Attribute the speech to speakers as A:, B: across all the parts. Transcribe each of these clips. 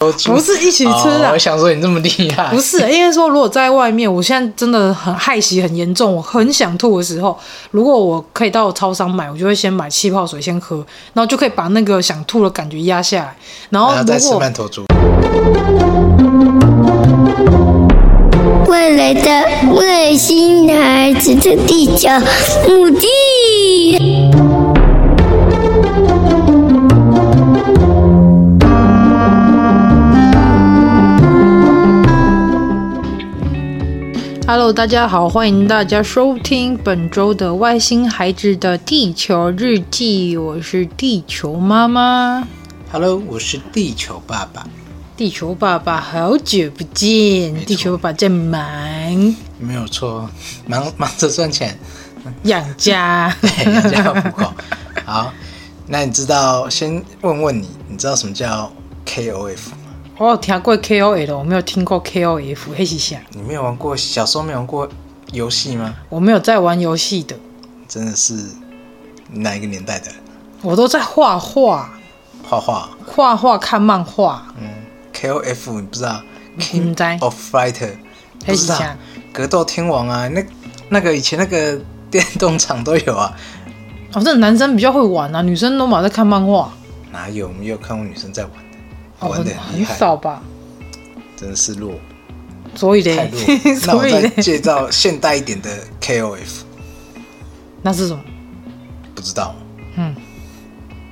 A: 包住，
B: 不是一起吃
A: 哦
B: 啊
A: 我想说你这么厉害，
B: 不是，应该说，如果在外面，我现在真的很害喜很严重，我很想吐的时候，如果我可以到超商买，我就会先买气泡水先喝，然后就可以把那个想吐的感觉压下来。然后啊
A: 然后再
B: 如
A: 啊吃
B: 果
A: 馒头猪。
C: 未来的外星孩子的地球母地。
B: Hello，大家好，欢迎大家收听本周的《外星孩子的地球日记》，我是地球妈妈，
A: Hello，我是地球爸爸。
B: 地球爸爸，好久不见，
A: 错
B: 地球爸爸在忙
A: 没有错，忙忙着赚钱，
B: 养家。
A: 对，人家不够。好，那你知道？先问问你，你知道什么叫 KOF 吗？
B: 我有听过 KOL，我没有听过 KOF，黑是啥？
A: 你没有玩过，小时候没有玩过游戏吗？
B: 我没有在玩游戏的，
A: 真的是哪一个年代的？
B: 我都在画画、
A: 画画，
B: 画画、看漫画。
A: 嗯，KOF 你不知道
B: 不知道
A: ？King of Fighter，
B: 还
A: 不
B: 是
A: 知道
B: 啥？
A: 格斗天王啊，那那个以前那个电动厂都有啊，
B: 哦，这男生比较会玩啊，女生都嘛在看漫画，
A: 哪有？我们也有看过女生在玩的，
B: 哦，
A: 玩
B: 很
A: 的厉
B: 很
A: 害，
B: 少吧。
A: 真的是弱。
B: 哎所以
A: 太
B: 嘞
A: 弱，那
B: 所
A: 我
B: 以
A: 再
B: 嘞，
A: 介绍现代一点的 KOF，
B: 那是什么？
A: 不知道
B: 嗯，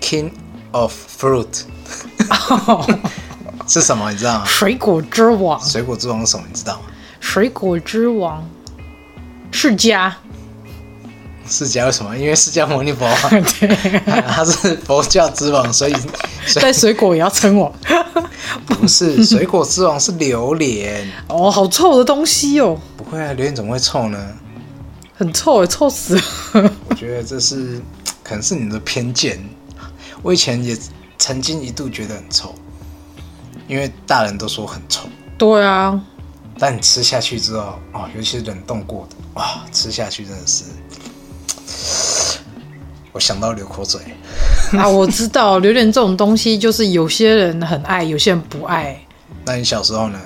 A: King of Fruit 是什么？你知道吗？
B: 水果之王，
A: 水果之王是什么？你知道吗？
B: 水果之王，世嘉。
A: 释迦为什么？因为释迦牟尼佛嘛，
B: 对，
A: 他是佛教之王，所以所
B: 在
A: 以
B: 水果也要称王。
A: 不是水果之王是榴莲。
B: 哦，好臭的东西哦，
A: 不会啊，榴莲怎么会臭呢？
B: 很臭哎，臭死了。
A: 我觉得这是可能是你的偏见。我以前也曾经一度觉得很臭，因为大人都说很臭。
B: 对啊，
A: 但你吃下去之后，哦，尤其是冷冻过的，哇，吃下去真的是，我想到流口水。
B: 啊，我知道榴莲这种东西，就是有些人很爱，有些人不爱。
A: 那你小时候呢？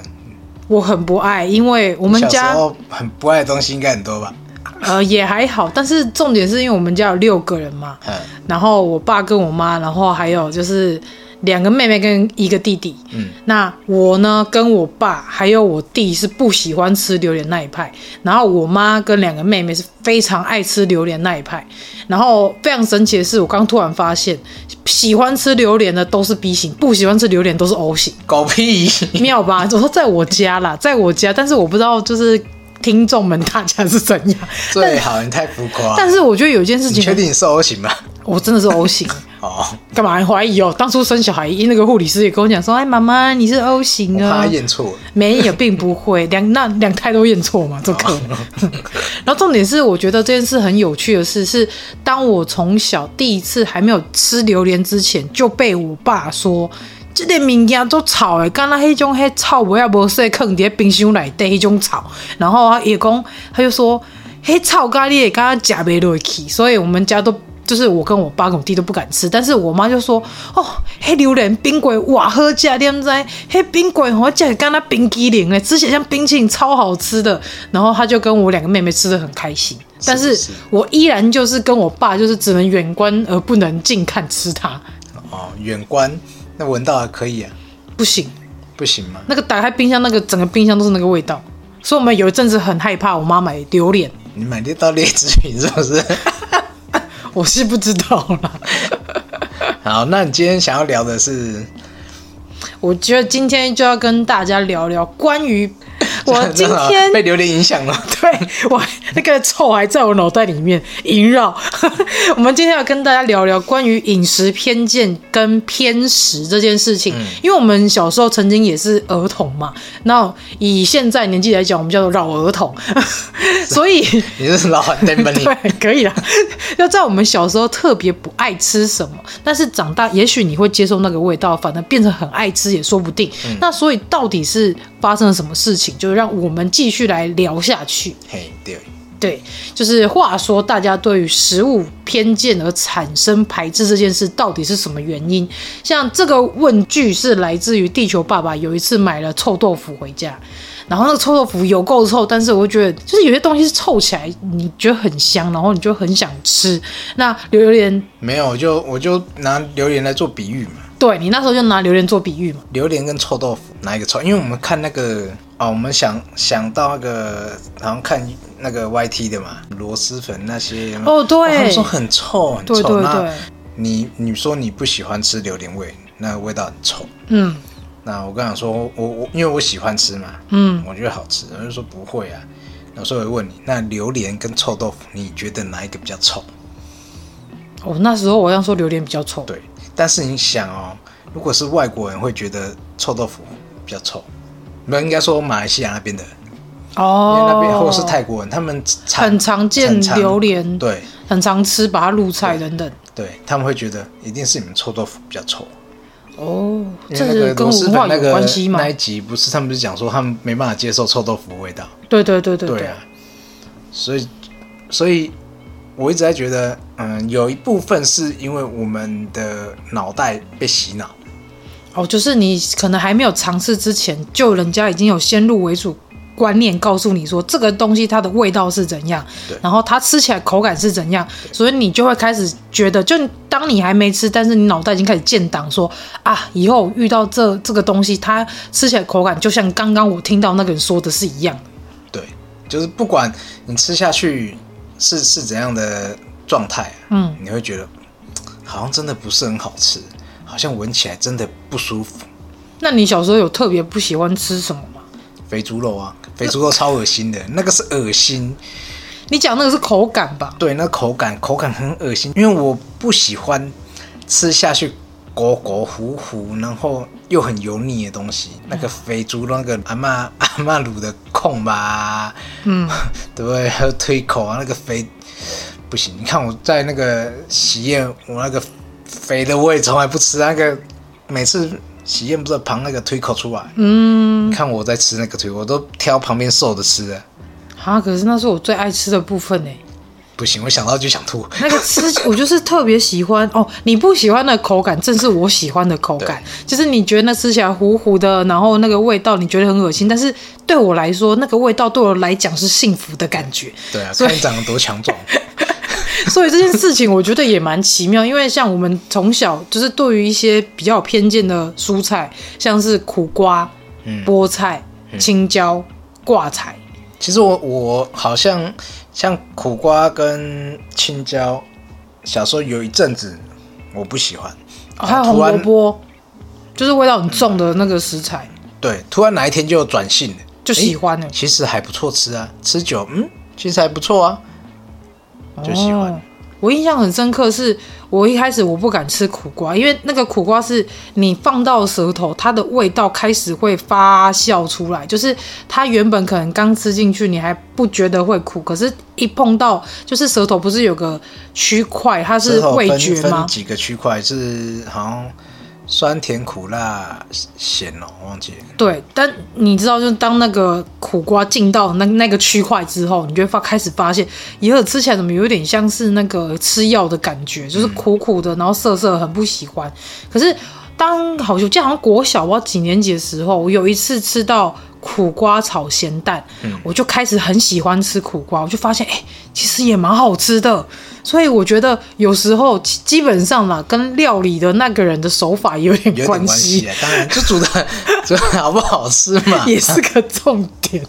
B: 我很不爱，因为我
A: 我
B: 们
A: 小
B: 家
A: 时候很不爱的东西应该很多 吧？
B: 呃也还好，但是重点是因为我们家有六个人嘛，
A: 嗯，
B: 然后我爸跟我妈，然后还有就是两个妹妹跟一个弟弟。
A: 嗯，
B: 那我呢跟我爸还有我弟是不喜欢吃榴莲那一派，然后我妈跟两个妹妹是非常爱吃榴莲那一派。然后非常神奇的是，我刚突然发现，喜欢吃榴莲的都是 B 型，不喜欢吃榴莲都是 O 型。
A: 狗屁！
B: 妙吧？我说在我家啦， 在我家，但是我不知道就是听众们大家是怎样。
A: 最好你太浮夸。
B: 但是我觉得有一件事
A: 啊你
B: 情，
A: 确定你是 O 型吗？
B: 我真的是 O 型，
A: 哦，
B: 干嘛还怀疑哦？当初生小孩，那个护理师也跟我讲说：“哎，妈妈，你是 O
A: 我
B: 型
A: 怕
B: 啊
A: 他。验错了。”
B: 没有，并不会两那两胎都验错嘛，这可能。 然后重点是，我觉得这件事很有趣的事是，当我从小第一次还没有吃榴莲之前，就被我爸说。这点物件都炒诶，刚刚迄种迄臭尾啊，无说坑伫冰箱内底迄种炒，然后他也讲，他就说，迄臭咖喱也刚刚食袂落去，所以我们家都就是我跟我爸跟我弟都不敢吃，但是我妈就说，哦，迄榴莲冰棍哇好食，你知不知？迄冰棍我食刚刚冰淇淋诶，吃起来像冰淇淋，超好吃的。然后他就跟我两个妹妹吃的很开心，但是
A: 是
B: 我依然就是跟我爸就是只能远观而不能近看吃它，
A: 哦，远观那闻到还可以啊，
B: 不行。
A: 不行吗？
B: 那个打开冰箱，那个整个冰箱都是那个味道，所以我们有一阵子很害怕我妈买榴莲，
A: 你买得到劣质品是不 是？
B: 我是不知道 啦。
A: 好，那你今天想要聊的是
B: 我觉得今天就要跟大家聊聊关于我 今天
A: 啊被榴莲影响了。
B: 对我那个臭还在我脑袋里面萦绕。 我们今天要跟大家聊聊关于饮食偏见跟偏食这件事情，因为我们小时候曾经也是儿童嘛，那以现在年纪来讲，我们叫做老儿童， 所以。
A: 你是老板对吧？你
B: 对，可以啦。要在我们小时候特别不爱吃什么，但是长大也许你会接受那个味道，反而变成很爱吃也说不定。那所以到底是发生了什么事情，就让我们继续来聊下去。
A: 嘿，对，
B: 对，就是话说，大家对于食物偏见而产生排斥这件事，到底是什么原因？像这个问句是来自于地球爸爸有一次买了臭豆腐回家，然后那个臭豆腐有够臭，但是我觉得就是有些东西是臭起来，你觉得很香，然后你就很想吃。那榴莲，
A: 没有，我就我就拿榴莲来做比喻嘛，
B: 对你那时候就拿榴莲做比喻嘛，
A: 榴莲跟臭豆腐哪一个臭？因为我们看那个哦，我们想想到那个，好像看那个 YT 的嘛，螺蛳粉那些有没有
B: 哦对
A: 他们说很臭很臭。
B: 对对
A: 那
B: 对
A: 你你说你不喜欢吃榴莲味，那味道很臭。
B: 嗯
A: 那我跟他说，我我因为我喜欢吃嘛，
B: 嗯，
A: 我觉得好吃，他就说不会啊。那所以我问你，那榴莲跟臭豆腐，你觉得哪一个比较臭？
B: 我、那时候我想说榴莲比较臭，
A: 对，但是你想哦，如果是外国人会觉得臭豆腐比较臭，没有应该说马来西亚那边的，因
B: 哦
A: 为，那边或者是泰国人，他们产
B: 很常见
A: 产
B: 榴莲，，
A: 对
B: 很常吃，把它入菜等等。
A: 对，他们会觉得一定是你们臭豆腐比较臭。
B: 哦，
A: 因
B: 这
A: 为那
B: 是
A: 个
B: 跟
A: 螺蛳
B: 文化
A: 粉那
B: 有
A: 个
B: 关系吗？
A: 那一集不是他们不是讲说他们没办法接受臭豆腐的味道，
B: 对对对对对，
A: 啊，所以所以我一直在觉得，嗯，有一部分是因为我们的脑袋被洗脑，
B: 哦，就是你可能还没有尝试之前，就人家已经有先入为主观念告诉你说这个东西它的味道是怎样
A: 对，
B: 然后它吃起来口感是怎样，所以你就会开始觉得，就当你还没吃，但是你脑袋已经开始建档说啊，以后遇到这这个东西，它吃起来口感就像刚刚我听到那个人说的是一样的。
A: 对，就是不管你吃下去是是怎样的状态、啊
B: 嗯，
A: 你会觉得好像真的不是很好吃，好像闻起来真的不舒服。
B: 那你小时候有特别不喜欢吃什么吗？
A: 肥猪肉啊，肥猪肉超恶心的，那个是恶心，
B: 你讲那个是口感吧？
A: 对，那口感口感很恶心，因为我不喜欢吃下去狗狗糊糊，然后又很油腻的东西。那个肥猪肉，那个阿嬷阿嬷卤的控吧，
B: 嗯，
A: 对 不对？还有推口啊，那个肥不行。你看我在那个喜宴，我那个肥的我也从来不吃，啊那个每次喜宴不是旁那个推口出来，
B: 嗯，
A: 你看我在吃那个推口，我都挑旁边瘦的吃的，
B: 啊，可是那是我最爱吃的部分呢、欸
A: 不行，我想到就想吐。
B: 那个吃， 我就是特别喜欢哦。你不喜欢的口感，正是我喜欢的口感。就是你觉得那吃起来糊糊的，然后那个味道你觉得很恶心，但是对我来说，那个味道对我来讲是幸福的感觉。
A: 对啊，
B: 所以
A: 看你长得多强壮。
B: 所以这件事情我觉得也蛮奇妙，因为像我们从小就是对于一些比较有偏见的蔬菜，像是苦瓜、
A: 嗯
B: 菠菜、青椒、挂菜，
A: 其实我我好像像苦瓜跟青椒，小时候有一阵子我不喜欢，
B: 哦还有红
A: 啊突然
B: 萝卜，就是味道很重的那个食材，
A: 对，突然哪一天就转性了，
B: 就喜欢欸了
A: 诶其实还不错吃啊，吃久嗯，其实还不错啊，就喜欢。
B: 哦我印象很深刻是，我一开始我不敢吃苦瓜，因为那个苦瓜是你放到舌头，它的味道开始会发酵出来，就是它原本可能刚吃进去你还不觉得会苦，可是一碰到就是舌头不是有个区块，它是
A: 之后
B: 味
A: 分
B: 觉吗
A: 分？几个区块是好像酸甜苦辣咸哦，忘记了。
B: 对，但你知道，就是当那个苦瓜进到那那个区块之后，你就会发开始发现，也有吃起来怎么有点像是那个吃药的感觉，就是
A: 嗯
B: 苦苦的，然后涩涩，很不喜欢。可是当好久，记得好像国小我几年级的时候，我有一次吃到苦瓜炒咸蛋，
A: 嗯
B: 我就开始很喜欢吃苦瓜，我就发现哎、诶其实也蛮好吃的。所以我觉得有时候基基本上啦，跟料理的那个人的手法也有点
A: 有点关系啊，当然就煮的 煮的好不好吃嘛。
B: 也是个重点。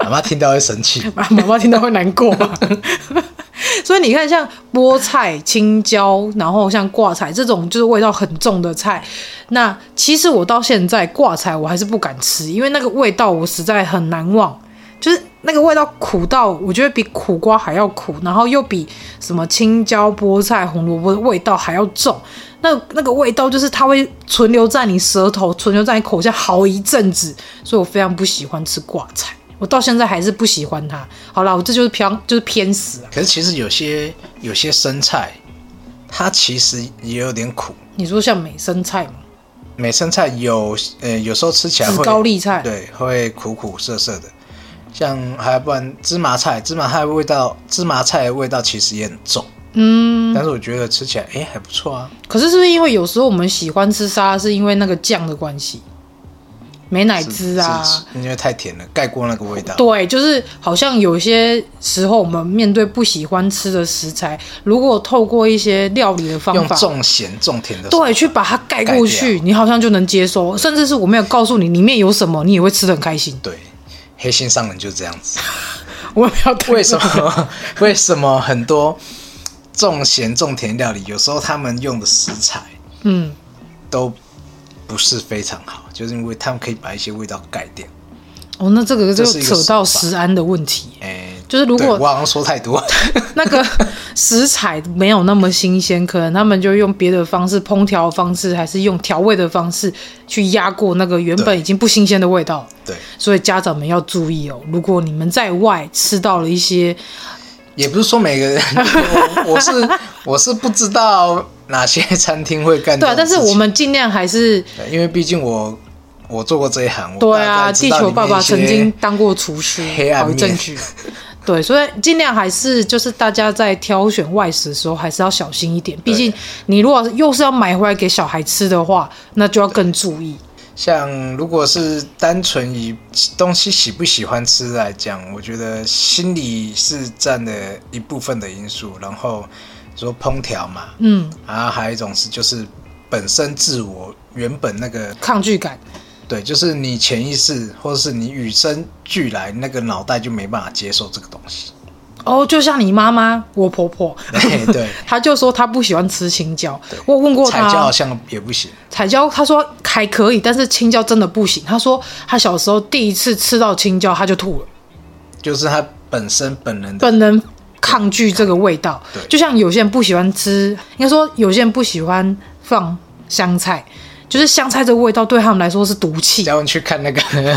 A: 妈妈听到会生气，
B: 啊，妈妈听到会难过吧？ 所以你看，像菠菜、青椒，然后像挂菜这种就是味道很重的菜，那其实我到现在挂菜我还是不敢吃，因为那个味道我实在很难忘，就是那个味道苦到我觉得比苦瓜还要苦，然后又比什么青椒、菠菜、红萝卜的味道还要重。那那个味道就是它会存留在你舌头，存留在你口下好一阵子，所以我非常不喜欢吃挂菜，我到现在还是不喜欢它。好啦，我这就是偏就是偏食啊。
A: 可是其实有些有些生菜，它其实也有点苦。
B: 你说像美生菜 嘛，
A: 美生菜有呃有时候吃起来
B: 紫
A: 会
B: 高丽菜，
A: 对，会苦苦涩涩的。像还不然芝麻菜，芝麻菜味道，芝麻菜的味道其实也很重，
B: 嗯，
A: 但是我觉得吃起来哎、诶还不错啊。
B: 可是是不是因为有时候我们喜欢吃沙拉，是因为那个酱的关系，美乃滋啊，
A: 是，是因为太甜了，盖过那个味道。
B: 对，就是好像有些时候我们面对不喜欢吃的食材，如果透过一些料理的方
A: 用
B: 法，
A: 重咸重甜的，
B: 啊对，去把它盖过
A: 盖
B: 去，你好像就能接受。甚至是我没有告诉你里面有什么，你也会吃的很开心。
A: 对，黑心商人就是这样子。
B: 我也不要 对
A: 为什么？为什么很多重咸重甜料理，有时候他们用的食材
B: 嗯，
A: 都不是非常好，就是因为他们可以把一些味道盖掉。
B: 哦，那这个就
A: 这是一个
B: 扯到
A: 手法
B: 食安的问题。
A: 哎、
B: 就是如
A: 对
B: 果
A: 我好像说太 多，
B: 那个食材没有那么新鲜，可能他们就用别的方式，烹调的方式，还是用调味的方式去压过那个原本已经不新鲜的味道。
A: 对，
B: 所以家长们要注意哦，如果你们在外吃到了一些，
A: 也不是说每个人，我我是我是不知道哪些餐厅会干这
B: 对
A: 种
B: 啊，但
A: 事情。
B: 是我们尽量还是
A: 对因为毕竟我我做过这一行，我
B: 对
A: 大
B: 啊，
A: 概知
B: 地
A: 道
B: 球
A: 里面
B: 爸爸
A: 一些
B: 曾经当过厨师，
A: 黑暗
B: 好
A: 面
B: 证据。 对，所以尽量还是就是大家在挑选外食的时候，还是要小心一点。毕竟你如果又是要买回来给小孩吃的话，那就要更注意。
A: 像如果是单纯以东西喜不喜欢吃来讲，我觉得心理是占了一部分的因素。然后说烹调嘛，
B: 嗯，
A: 然后还有一种是就是本身自我原本那个
B: 抗拒感，
A: 对，就是你潜意识或者是你与生俱来那个脑袋就没办法接受这个东西。
B: 哦，就像你妈妈，我婆婆，
A: 对哎对，
B: 她就说她不喜欢吃青椒。我问过
A: 彩
B: 她，
A: 椒好像也不行，
B: 彩椒，她说还可以，但是青椒真的不行。她说她小时候第一次吃到青椒，她就吐了。
A: 就是它本身本人的
B: 本能抗拒这个味道
A: 对。
B: 就像有些人不喜欢吃，应该说有些人不喜欢放香菜，就是香菜这个味道对他们来说是毒气。
A: 叫我去看那个 那个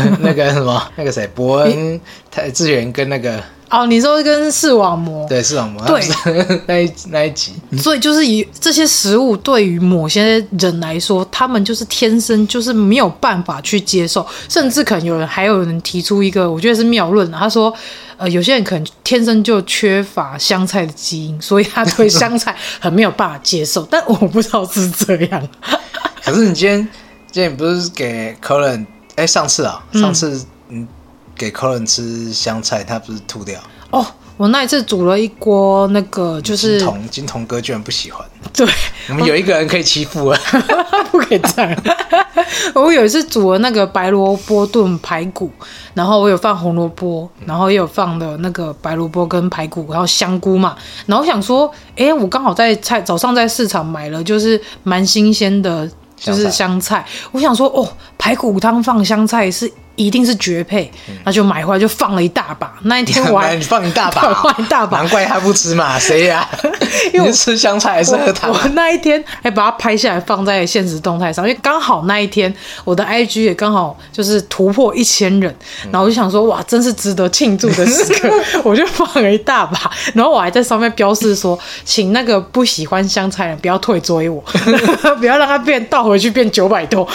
A: 什么那个谁伯恩蔡志远跟那个。
B: 哦，你说跟视网 膜，
A: 对，视网膜
B: 对
A: 那一那一集，
B: 所以就是以这些食物对于某些人来说，他们就是天生就是没有办法去接受，甚至可能有人还有人提出一个，我觉得是谬论啊，他说，呃，有些人可能天生就缺乏香菜的基因，所以他对香菜很没有办法接受， 但我不知道是这样。
A: 可是你今天今天不是给 Colin 哎、上次啊、上次嗯给 Colin 吃香菜，他不是吐掉，
B: 哦，我那一次煮了一锅那个，就是
A: 金童金童哥居然不喜欢，
B: 对，
A: 我们有一个人可以欺 负啊，
B: 不可以这样。 我有一次煮了那个白萝卜炖排骨，然后我有放红萝卜，然后也有放的那个白萝卜跟排骨，然后香菇嘛。然后我想说，诶，我刚好在菜早上在市场买了，就是蛮新鲜的，就是香菜。我想说，哦，排骨汤放香菜是。一定是绝配，那就买回来就放了一大把。那一天我嗯还
A: 你放一大把、
B: 放一大把，
A: 难怪他不吃嘛，谁呀、
B: 因为我
A: 你是吃香菜还是喝汤啊
B: 我？我那一天还把它拍下来放在现实动态上，因为刚好那一天我的 IG 也刚好就是突破一千人，
A: 嗯
B: 然后我就想说哇，真是值得庆祝的时刻， 我就放了一大把，然后我还在上面标示说，请那个不喜欢香菜的人不要退追我， 不要让它变倒回去变九百多，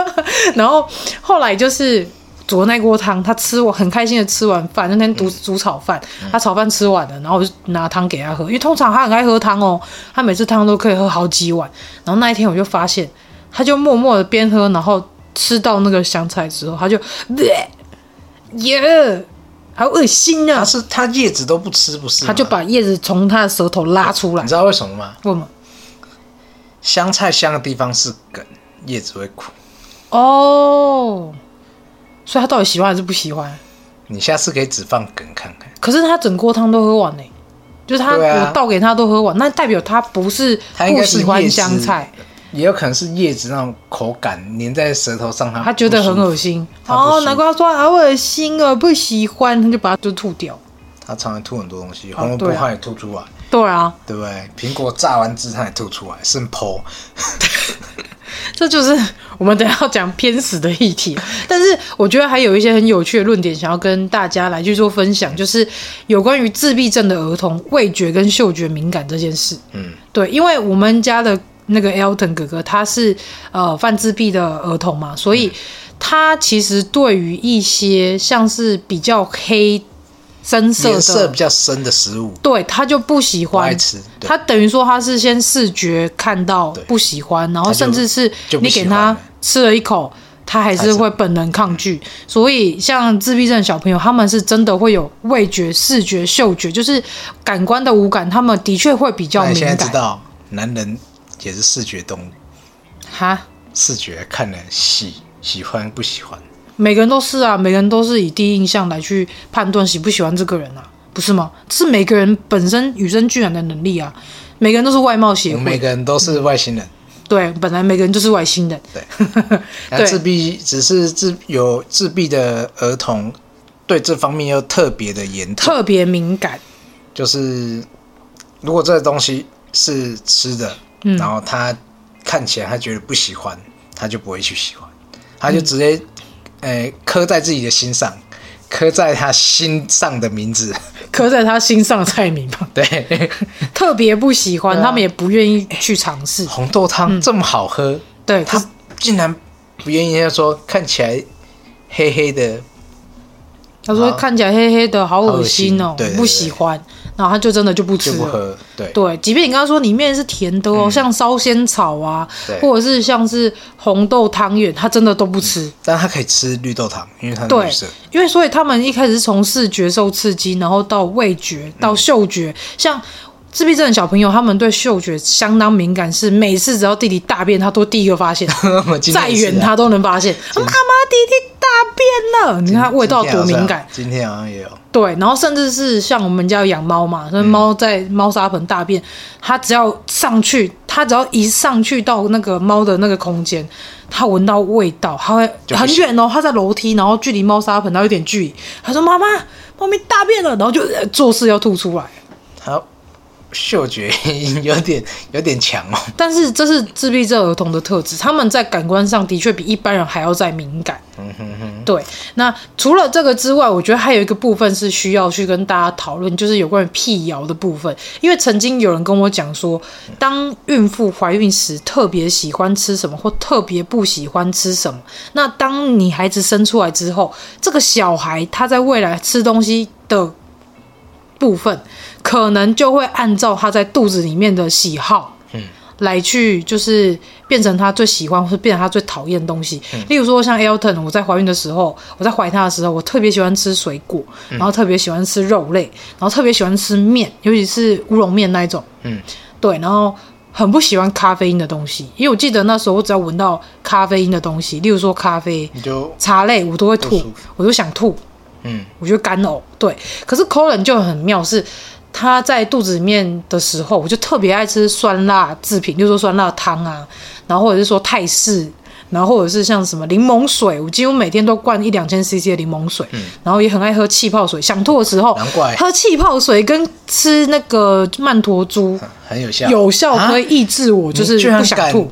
B: 然后后来就是。煮的那锅汤，他吃我很开心的吃完饭，那天煮
A: 嗯
B: 煮炒饭，他炒饭吃完了，然后我就拿汤给他喝，因为通常他很爱喝汤哦，他每次汤都可以喝好几碗。然后那一天我就发现，他就默默的边喝，然后吃到那个香菜之后，他就，呃耶，好恶心啊
A: 他！是他叶子都不吃，不是吗？
B: 他就把叶子从他的舌头拉出来
A: 你，知道为什么吗？
B: 问嘛？
A: 香菜香的地方是梗，叶子会苦。
B: 哦，所以他到底喜欢还是不喜欢？
A: 你下次可以只放梗看看。
B: 可是他整锅汤都喝完呢、就是他、
A: 对啊
B: 我倒给他都喝完，那代表他不是
A: 他应
B: 不
A: 该是
B: 喜欢
A: 叶子
B: 香菜，，
A: 也有可能是叶子那种口感粘在舌头上，他
B: 他觉得很恶，心。
A: 他啊不舒服
B: 哦，难怪他说好恶心哦，不喜欢，他就把它就吐掉。
A: 他常常吐很多东西，红萝
B: 对
A: 卜
B: 啊
A: 他也吐出来，
B: 对啊，
A: 对不对？苹果榨完汁他也吐出来，剩剖。
B: 这就是我们等一下要讲偏食的议题。但是我觉得还有一些很有趣的论点，想要跟大家来去做分享，就是有关于自闭症的儿童味觉跟嗅觉敏感这件事。
A: 嗯，
B: 对，因为我们家的那个 Elton 哥哥他是呃泛自闭的儿童嘛，所以他其实对于一些像是比较黑、深色
A: 颜
B: 的
A: 色比较深的食物
B: 对，他就不喜
A: 不爱
B: 欢
A: 吃对
B: 他等于说他是先视觉看到
A: 对
B: 不喜欢，然后
A: 他就
B: 甚至是
A: 就不
B: 你
A: 喜
B: 给
A: 欢
B: 他
A: 了哎
B: 吃了一口，他还
A: 还
B: 是
A: 是
B: 会本能抗拒。所以像自闭症的小朋友，他们是真的会有味觉、视觉、嗅觉，就是感官的五感，他们的确会比较
A: 那你
B: 敏
A: 现在
B: 感。
A: 知道，男人也是视觉动物，
B: 哈，
A: 视觉看了喜喜欢不喜欢，
B: 每个人都是啊，每个人都是以第一印象来去判断喜不喜欢这个人啊，不是吗？这是每个人本身与生俱来的能力啊，每个人都是外貌协
A: 我
B: 会，嗯
A: 们每个人都是外星人，
B: 对，本来每个人就是外星人，
A: 对
B: 对
A: 但自闭只是自有自闭的儿童对这方面又特别的严重，
B: 特别敏感。
A: 就是如果这个东西是吃的，
B: 嗯
A: 然后他看起来他觉得不喜欢，他就不会去喜欢，他就直接、
B: 嗯
A: 呃刻在自己的心上，刻在他心上的名字，
B: 刻在他心上的菜名吧，
A: 对。
B: 特别不喜欢，
A: 对啊
B: 他们也不愿意去尝试。
A: 红豆汤
B: 嗯
A: 这么好喝，
B: 对，
A: 他
B: 他
A: 竟然不愿意。他说看起来黑黑的，
B: 他说
A: 好
B: 看起来黑黑的，好恶心
A: 好
B: 哦
A: 恶心对对，对
B: 不喜欢，然后他就真的就不吃
A: 就不
B: 了。
A: 喝。对，
B: 啊对，即便你刚刚说里面是甜的哦，像烧仙草啊
A: 对，
B: 或者是像是红豆汤圆，他真的都不吃。
A: 但他可以吃绿豆汤，因为它是
B: 对
A: 绿色。，
B: 因为所以他们一开始是从视觉受刺激，然后到味觉，到嗅觉，像。自闭症的小朋友，他们对嗅觉相当敏感，是每次只要弟弟大便，他都第一个发现。
A: 我今天
B: 再
A: 也是啊
B: 远他都能发现，啊妈妈弟弟大便了，你看它味道多敏感。
A: 今天好像也有，
B: 对，然后甚至是像我们家有养猫嘛，
A: 嗯
B: 所以猫在猫砂盆大便，它只要上去，它只要一上去到那个猫的那个空间，它闻到味道，它
A: 就
B: 会
A: 不
B: 很
A: 行
B: 远哦，它在楼梯，然后距离猫砂盆它有点距离，它说妈妈，猫咪大便了，然后就呃做事要吐出来。
A: 他嗅觉有点有点强哦。
B: 但是这是自闭症儿童的特质，他们在感官上的确比一般人还要再敏感。
A: 嗯哼哼，
B: 对，那除了这个之外，我觉得还有一个部分是需要去跟大家讨论，就是有关于辟谣的部分。因为曾经有人跟我讲说，当孕妇怀孕时特别喜欢吃什么，或特别不喜欢吃什么。那当你孩子生出来之后，这个小孩他在未来吃东西的部分，可能就会按照他在肚子里面的喜好，
A: 嗯，
B: 来去就是变成他最喜欢或是变成他最讨厌的东西。
A: 嗯
B: 例如说像 Elton，我在怀孕的时候，我在怀他的时候，我特别喜欢吃水果，
A: 嗯
B: 然后特别喜欢吃肉类，然后特别喜欢吃面，尤其是乌龙面那一种，
A: 嗯，
B: 对，然后。很不喜欢咖啡因的东西，因为我记得那时候我只要闻到咖啡因的东西，例如说咖啡、
A: 你就
B: 茶类，我都会吐
A: 不舒服，
B: 我就想吐，
A: 嗯
B: 我觉得干呕。对，可是 Colin 就很妙，是他在肚子里面的时候，我就特别爱吃酸辣制品，就说酸辣汤啊，然后或者是说泰式。然后或者是像什么柠檬水，我几乎每天都灌一两千 CC 的柠檬水，然后也很爱喝气泡水。想吐的时候
A: 嗯难怪，
B: 喝气泡水跟吃那个曼 陀珠
A: 很有效，
B: 有效，可以
A: 啊
B: 抑制我，就是
A: 你居然
B: 不想
A: 敢
B: 吐。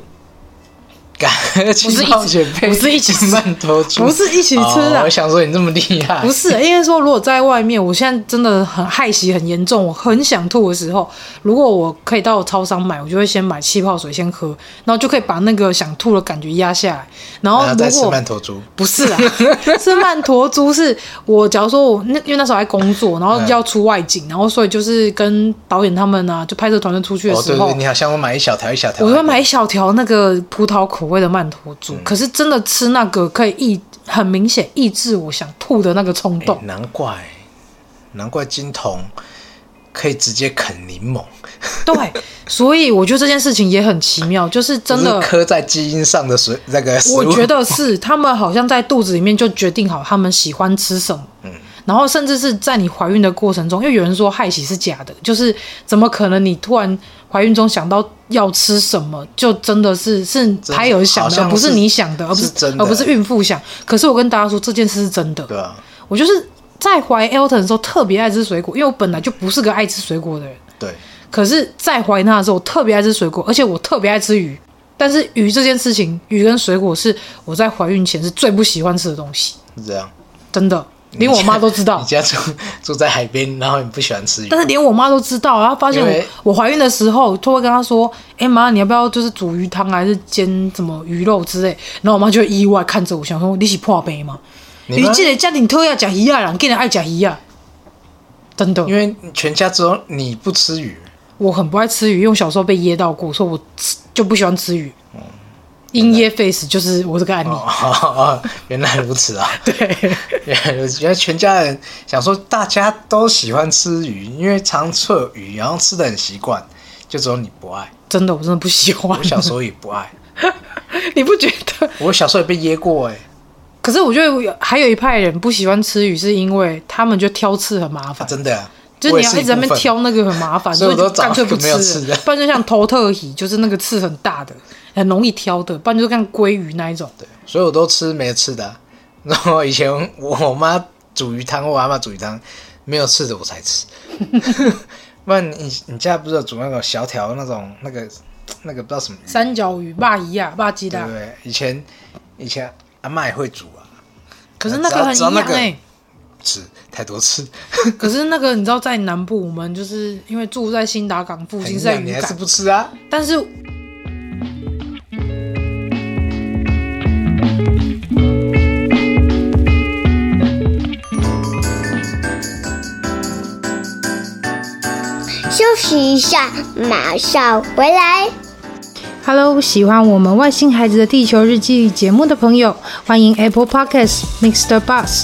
A: 感而且
B: 不是一起
A: 冒险配
B: 不是一起吃
A: 馒头猪，
B: 不是一起吃啊
A: 哦我想说你这么厉害，
B: 不是， 应该说，如果在外面，我现在真的很害喜很严重，我很想吐的时候，如果我可以到超商买，我就会先买气泡水先喝，然后就可以把那个想吐的感觉压下来。然后
A: 然后再
B: 哦如
A: 啊吃
B: 果
A: 馒头猪，
B: 不是 啊， 是曼陀珠是我，假如说我那因为那时候还工作，然后
A: 嗯
B: 要出外景，然后所以就是跟导演他们啊，就拍摄团队出去的
A: 哦
B: 时
A: 对
B: 候，
A: 对，你好像我买一小条一嗯小条，哎
B: 我会买一小条那个葡萄口味的曼陀珠，可是真的吃那个可以抑很明显抑制我想吐的那个冲动。
A: 难怪，难怪金童可以直接啃柠檬，
B: 对，所以我觉得这件事情也很奇妙，就是真的
A: 不是，刻在基因上的水那个食物。
B: 我觉得是他们好像在肚子里面就决定好他们喜欢吃什么。
A: 嗯
B: 然后甚至是在你怀孕的过程中，因为有人说害喜是假的，就是怎么可能你突然怀孕中想到要吃什么，就真的是是
A: 真
B: 胎儿想
A: 好
B: 的，
A: 像
B: 而不是
A: 是
B: 你想的，而不
A: 是
B: 是
A: 真的
B: 而不是孕妇想。可是我跟大家说这件事是真的，
A: 对啊，
B: 我就是在怀 Elton 的时候特别爱吃水果，因为我本来就不是个爱吃水果的人。
A: 对，
B: 可是，在怀纳的时候，我特别爱吃水果，而且我特别爱吃鱼。但是鱼这件事情，鱼跟水果是我在怀孕前是最不喜欢吃的东西，
A: 是这样。
B: 真的。连我妈都知道
A: 嗯 你。家住住在海边，然后你不喜欢吃鱼
B: 但，是连我妈都知道啊，她发现
A: 因为
B: 我我怀孕的时候，就会跟她说：“哎、妈，你要不要就是煮鱼汤啊还是煎什么鱼肉之类？”然后我妈就会意外看着我，想说：“你是破杯吗？
A: 你
B: 你
A: 妈
B: 这个家庭特要讲鱼啊，人竟然爱讲鱼啊！”真的，因
A: 因
B: 为
A: 为全家只有你不吃鱼，
B: 我很不爱吃鱼，因为我小时候被噎到过，所以我吃就不喜欢吃鱼。因噎废食就是我这个案例。
A: 嗯哦，原来如此啊！
B: 对，
A: 原来如此，原来全家人想说大家都喜欢吃鱼，因为常吃鱼，然后吃的很习惯，就只有你不爱。
B: 真的我真的不喜欢
A: 我。小时候也不爱，
B: 你不觉得？
A: 我小时候也被噎过哎、
B: 可是我觉得有还有一派人不喜欢吃鱼，是因为他们觉得挑刺很麻
A: 啊
B: 烦。
A: 真的、啊，
B: 就是
A: 我
B: 你
A: 也
B: 要
A: 是
B: 一直在那
A: 部
B: 边
A: 分
B: 挑那个很麻烦，
A: 所以我
B: 就
A: 都找
B: 干脆不
A: 没有吃的
B: 不然就像头特鱼，就是那个刺很大的，很容易挑的，不然就像鲑鱼那一种。
A: 对，所以我都吃没吃的啊、然后以前我我妈煮鱼汤，我阿妈煮鱼汤，没有吃的我才 吃。不然你你家不是有煮那种小条那种那个那个不知道什么鱼，
B: 三角鱼、霸鱼啊、霸鸡
A: 对
B: 啦
A: 不，对？以前以前阿妈也会煮啊，
B: 可是那个很
A: 只要只
B: 营
A: 要
B: 养
A: 那个
B: 哎。
A: 吃太多吃，
B: 可是那个你知道，在南部我们就是因为住在新达港附
A: 很
B: 近，
A: 营
B: 是在
A: 养，
B: 渔
A: 你还是
B: 港，
A: 不吃啊？
B: 但是
C: 休息一下，马上回来。
B: Hello，喜欢我们《外星孩子的地球日记》节目的朋友，欢迎 Apple Podcasts、Mr. Bus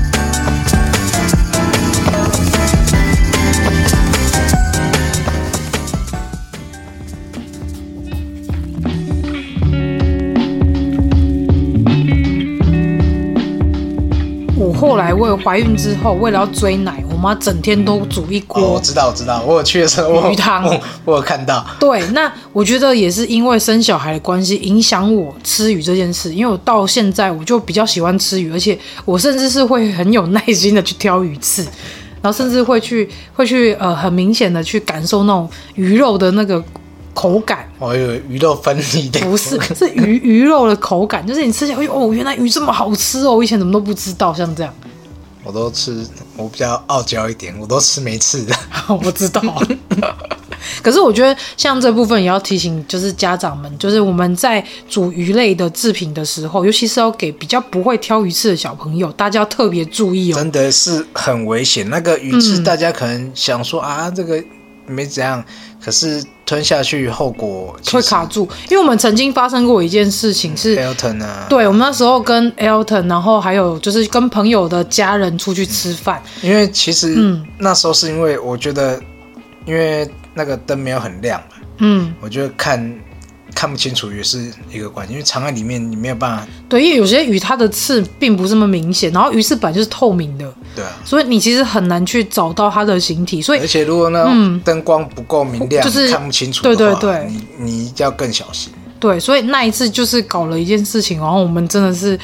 B: 我后来为了怀孕之后，为了要追奶，我妈整天都煮一
A: 哦，我知道，我知道，我有去的时候，我有
B: 鱼汤
A: 我我有看到，
B: 对，那我觉得也是因为生小孩的关系，影响我吃鱼这件事。因为我到现在我就比较喜欢吃鱼，而且我甚至是会很有耐心的去挑鱼刺，然后甚至会去会去呃很明显的去感受那种鱼肉的那个口感。
A: 我哦有鱼肉分离的，
B: 不是，是鱼鱼肉的口感，就是你吃起来，哎呦哦，原来鱼这么好吃哦，我以前怎么都不知道，像这样，
A: 我都吃，我比较傲娇一点，我都吃没吃的。
B: 我知道。可是我觉得像这部分也要提醒，就是家长们，就是我们在煮鱼类的制品的时候，尤其是要给比较不会挑鱼刺的小朋友，大家要特别注意哦。
A: 真的是很危险。那个鱼
B: 嗯
A: 刺，大家可能想说、啊，这个没怎样，可是吞下去后果其实
B: 会卡住，因为我们曾经发生过一件事情是，
A: Elton 啊，，
B: 对我们那时候跟 Elton，然后还有就是跟朋友的家人出去吃饭，
A: 因为其实、
B: 嗯
A: 那时候是因为我觉得，因为那个灯没有很亮嘛，
B: 嗯，
A: 我觉得看看不清楚也是一个关系，因为藏在里面你没有办法，
B: 对，因为有些鱼它的刺并不是那么明显，然后鱼刺本来就是透明的，
A: 对啊。
B: 所以你其实很难去找到它的形体，所以
A: 而且如果呢，
B: 嗯
A: 灯光不够明亮，
B: 就是
A: 看不清楚的话，
B: 对对对
A: 你你一定要更小心。
B: 对，所以那一次就是搞了一件事情，然后我们真的是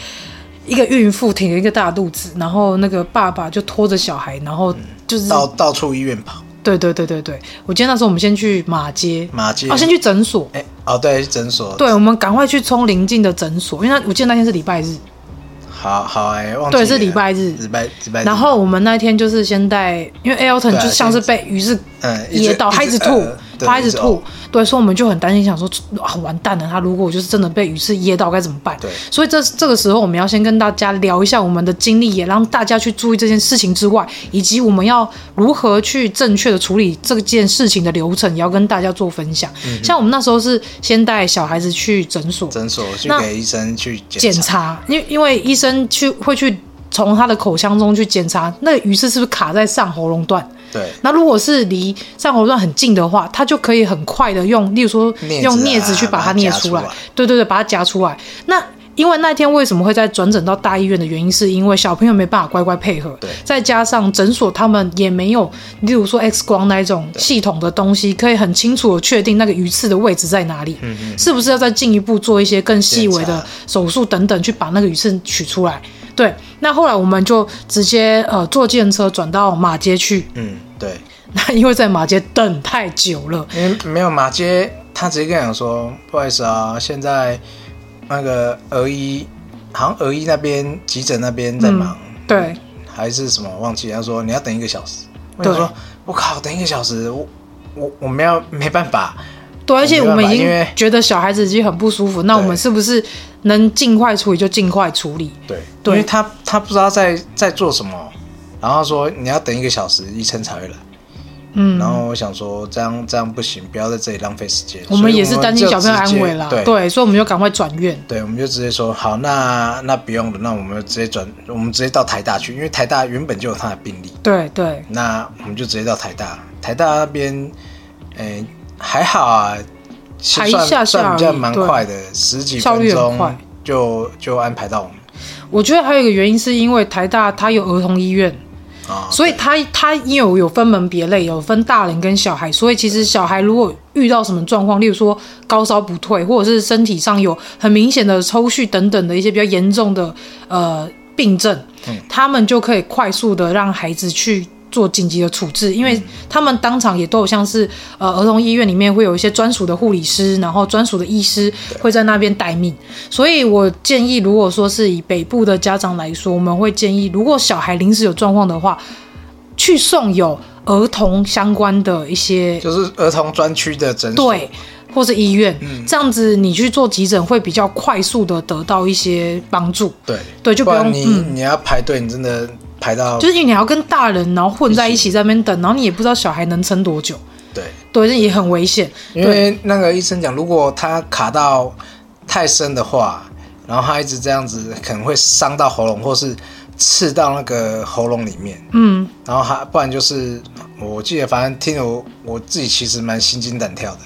B: 一个孕妇挺着一个大肚子，然后那个爸爸就拖着小孩，然后就是、
A: 到到处医院跑，
B: 对对对对对，我记得那时候我们先去马街，
A: 马街，
B: 哦先去诊所，
A: 哎、哦，对，诊所，
B: 对，我们赶快去冲邻近的诊所，因为那我记得那天是礼拜日，
A: 好好哎、忘记
B: 对，是
A: 了
B: 礼拜日。
A: 礼拜礼拜日，
B: 然后我们那天就是先带，因为 Elton
A: 对啊
B: 就像是被鱼是
A: 嗯一直
B: 噎到，他一直吐
A: 呃，对
B: 他一直
A: 一直
B: 吐
A: 呕，
B: 对，所以我们就很担心，想说啊完蛋了，他如果我就是真的被鱼刺噎到该怎么办？
A: 对
B: 所以这这个时候我们要先跟大家聊一下我们的经历，也让大家去注意这件事情之外，以及我们要如何去正确的处理这件事情的流程，也要跟大家做分享。
A: 嗯
B: 像我们那时候是先带小孩子去诊所，
A: 诊所去
B: 那
A: 给医生去检
B: 检查，因为因为医生去会去从他的口腔中去检查那个鱼刺是不是卡在上喉咙段。
A: 对，
B: 那如果是离上喉段很近的话，它就可以很快的用，例如说
A: 镊子啊
B: 用镊子去把它
A: 把它
B: 镊
A: 夹
B: 出来，
A: 出来
B: 对对对，把它夹出来。那因为那天为什么会在转诊到大医院的原因，是因为小朋友没办法乖乖配合
A: 对，
B: 再加上诊所他们也没有，例如说 X 光那一种系统的东西，可以很清楚的确定那个鱼刺的位置在哪里，
A: 嗯
B: 是不是要再进一步做一些更细微
A: 检
B: 的
A: 查
B: 手术等等，去把那个鱼刺取出来。对，那后来我们就直接呃坐电车转到马街去，
A: 嗯，对，
B: 那因为在马街等太久了，
A: 因为没有马街，他直接跟我讲说，不好意思啊，现在那个儿医，好像儿医那边急诊那边
B: 嗯
A: 在忙，
B: 对，
A: 嗯还是什么忘记，他说你要等一个小时。我
B: 对
A: 想说，我靠，等一个小时，我我我们要没办法，
B: 对，而且
A: 没办
B: 我
A: 法
B: 们已经
A: 因为
B: 觉得小孩子已经很不舒服，那我们
A: 对
B: 是不是能尽快处理就尽快处理？
A: 对，
B: 对
A: 因为他他不知道在在做什么，然后说你要等一个小时，医生才会来。
B: 嗯，
A: 然后我想说，这样这样不行，不要在这里浪费时间。
B: 我
A: 所
B: 们
A: 以
B: 也是担心
A: 就
B: 小朋友安
A: 直接
B: 危啦，
A: 对
B: 对，所以我们就赶快转院。
A: 对，我们就直接说好，那那不用了，那我们直接转，我们直接到台大去，因为台大原本就有他的病例，
B: 对对，
A: 那我们就直接到台大。台大那边，诶、还好啊，是
B: 还一
A: 算
B: 下下
A: 算比
B: 而
A: 较
B: 已
A: 蛮
B: 对
A: 快的，十几
B: 效率
A: 分
B: 很
A: 钟
B: 快
A: 就就安排到我们
B: 我觉得还有一个原因是因为台大它有儿童医院，
A: 啊，
B: 所以
A: 对
B: 它它因为有分门别类，有分大人跟小孩，所以其实小孩如果遇到什么状况，例如说高烧不退，或者是身体上有很明显的抽搐等等的一些比较严重的呃病症，
A: 嗯
B: 他们就可以快速的让孩子去。做紧急的处置，因
A: 嗯
B: 为他们当场也都有像是呃儿童医院里面会有一些专属的护理师，然后专属的医师会在那边待命，所以我建议，如果说是以北部的家长来说，我们会建议，如果小孩临时有状况的话，去送有儿童相关的一些
A: 就是儿童专区的诊所，
B: 对，或是医院，这样子你去做急诊会比较快速的得到一些帮助。
A: 对
B: 对就不
A: 然
B: 用
A: 你、
B: 嗯
A: 你要排队，你真的排到
B: 就是因为你还要跟大人然后混在一起在那边等，然后你也不知道小孩能撑多久，
A: 对，
B: 对，这也很危险。
A: 因为那个医生讲，如果他卡到太深的话，然后他一直这样子，可能会伤到喉咙，或是刺到那个喉咙里面。
B: 嗯，
A: 然后还不然就是，我记得反正听了我我自己其实蛮心惊胆跳的。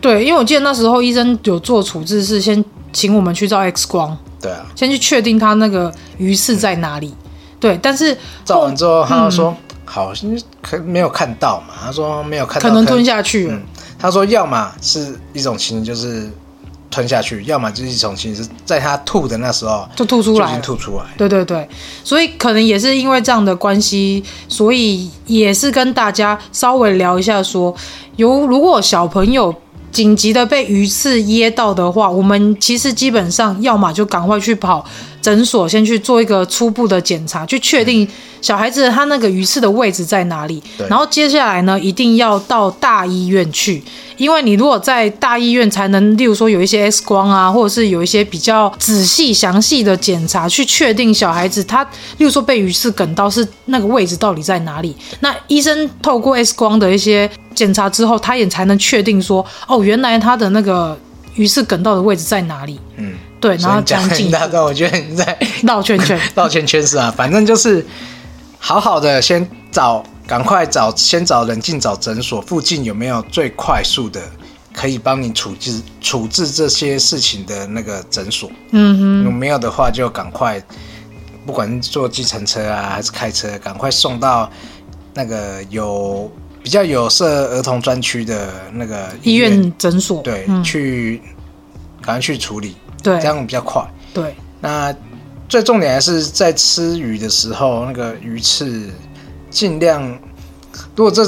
B: 对，因为我记得那时候医生有做处置是先请我们去照 X 光，
A: 对啊，
B: 先去确定他那个鱼刺在哪里。对，但是
A: 照完之后他就说、好，可没有看到嘛，他说没有看到，
B: 嗯可能吞下去了。
A: 嗯，他说要么是一种情形就是吞下去，要么就是一种情形是在他吐的那时候
B: 就吐出来了
A: 就已经吐出来。
B: 对对对，所以可能也是因为这样的关系，所以也是跟大家稍微聊一下说，有如果小朋友紧急的被鱼刺噎到的话，我们其实基本上要么就赶快去跑诊所，先去做一个初步的检查，去确定小孩子他那个鱼刺的位置在哪里
A: 对。
B: 然后接下来呢，一定要到大医院去，因为你如果在大医院才能，例如说有一些 X 光啊，或者是有一些比较仔细详细的检查，去确定小孩子他，例如说被鱼刺梗到是那个位置到底在哪里。那医生透过 X 光的一些检查之后，他也才能确定说，哦，原来他的那个鱼刺梗到的位置在哪里。
A: 嗯，
B: 对，然
A: 所以
B: 后
A: 你
B: 这
A: 讲
B: 样
A: 了
B: 进
A: 一
B: 一
A: 大
B: 步
A: 段，我觉得你在
B: 绕圈圈。
A: 绕圈圈是啊，反正就是好好的先找，赶快找，先找冷静找诊所附近有没有最快速的可以帮你处置处置这些事情的那个诊所。
B: 嗯哼。
A: 如果没有的话，就赶快，不管是坐计程车啊还是开车，赶快送到那个有比较有设儿童专区的那个
B: 医院诊所，
A: 对，
B: 嗯，
A: 去赶快去处理，
B: 对
A: 这样比较快。
B: 对，
A: 那最重点还是在吃鱼的时候，那个鱼刺尽量，如果这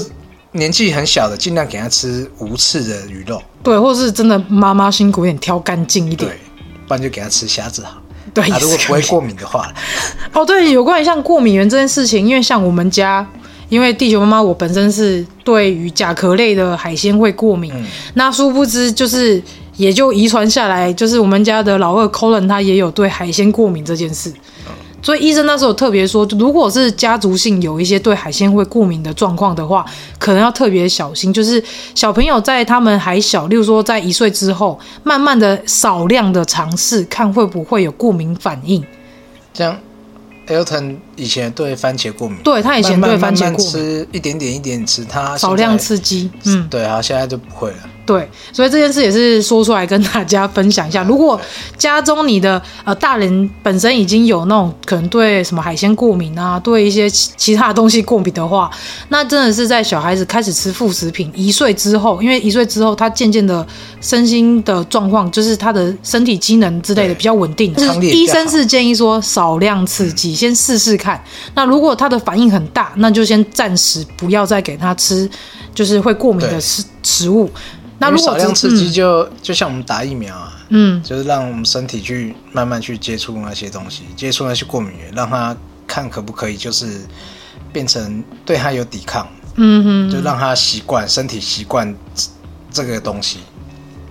A: 年纪很小的，尽量给他吃无刺的鱼肉，
B: 对，或是真的妈妈辛苦一点，挑干净一点
A: 对，，不然就给他吃虾子好。
B: 对，
A: 啊，
B: 也
A: 如果
B: 是
A: 不会过敏的话，
B: 哦，对，有关于像过敏源这件事情，因为像我们家，因为地球妈妈我本身是对于甲壳类的海鲜会过敏，
A: 嗯
B: 那殊不知就是也就遗传下来，就是我们家的老二 Colin 他也有对海鲜过敏这件事。所以医生那时候有特别说，如果是家族性有一些对海鲜会过敏的状况的话，可能要特别小心。就是小朋友在他们还小，例如说在一岁之后，慢慢的少量的尝试，看会不会有过敏反应。
A: 像 Elton 以前对番茄过敏，
B: 对他以前
A: 慢慢
B: 对番茄
A: 慢慢
B: 过敏
A: 吃一点点一点点吃，他现在
B: 少量，刺激，嗯，
A: 对，他现在就不会了。
B: 对，所以这件事也是说出来跟大家分享一 下。如果家中你的呃大人本身已经有那种可能对什么海鲜过敏啊，对一些其其他的东西过敏的话，那真的是在小孩子开始吃副食品一岁之后，因为一岁之后他渐渐的身心的状况，就是他的身体机能之类
A: 对
B: 的比较稳定。
A: 抗力也
B: 医
A: 比较
B: 生
A: 好
B: 是建议说少量刺激，先试试看。那如果他的反应很大，那就先暂时不要再给他吃，就是会过敏的
A: 对
B: 食食物。那如
A: 因为
B: 果
A: 少
B: 只
A: 量刺激
B: 嗯
A: 就、就像我们打疫苗啊，
B: 嗯
A: 就是让我们身体去慢慢去接触那些东西，接触那些过敏源，让他看可不可以就是变成对他有抵抗，
B: 嗯
A: 就
B: 嗯，
A: 让他习惯身体习惯这这个东西。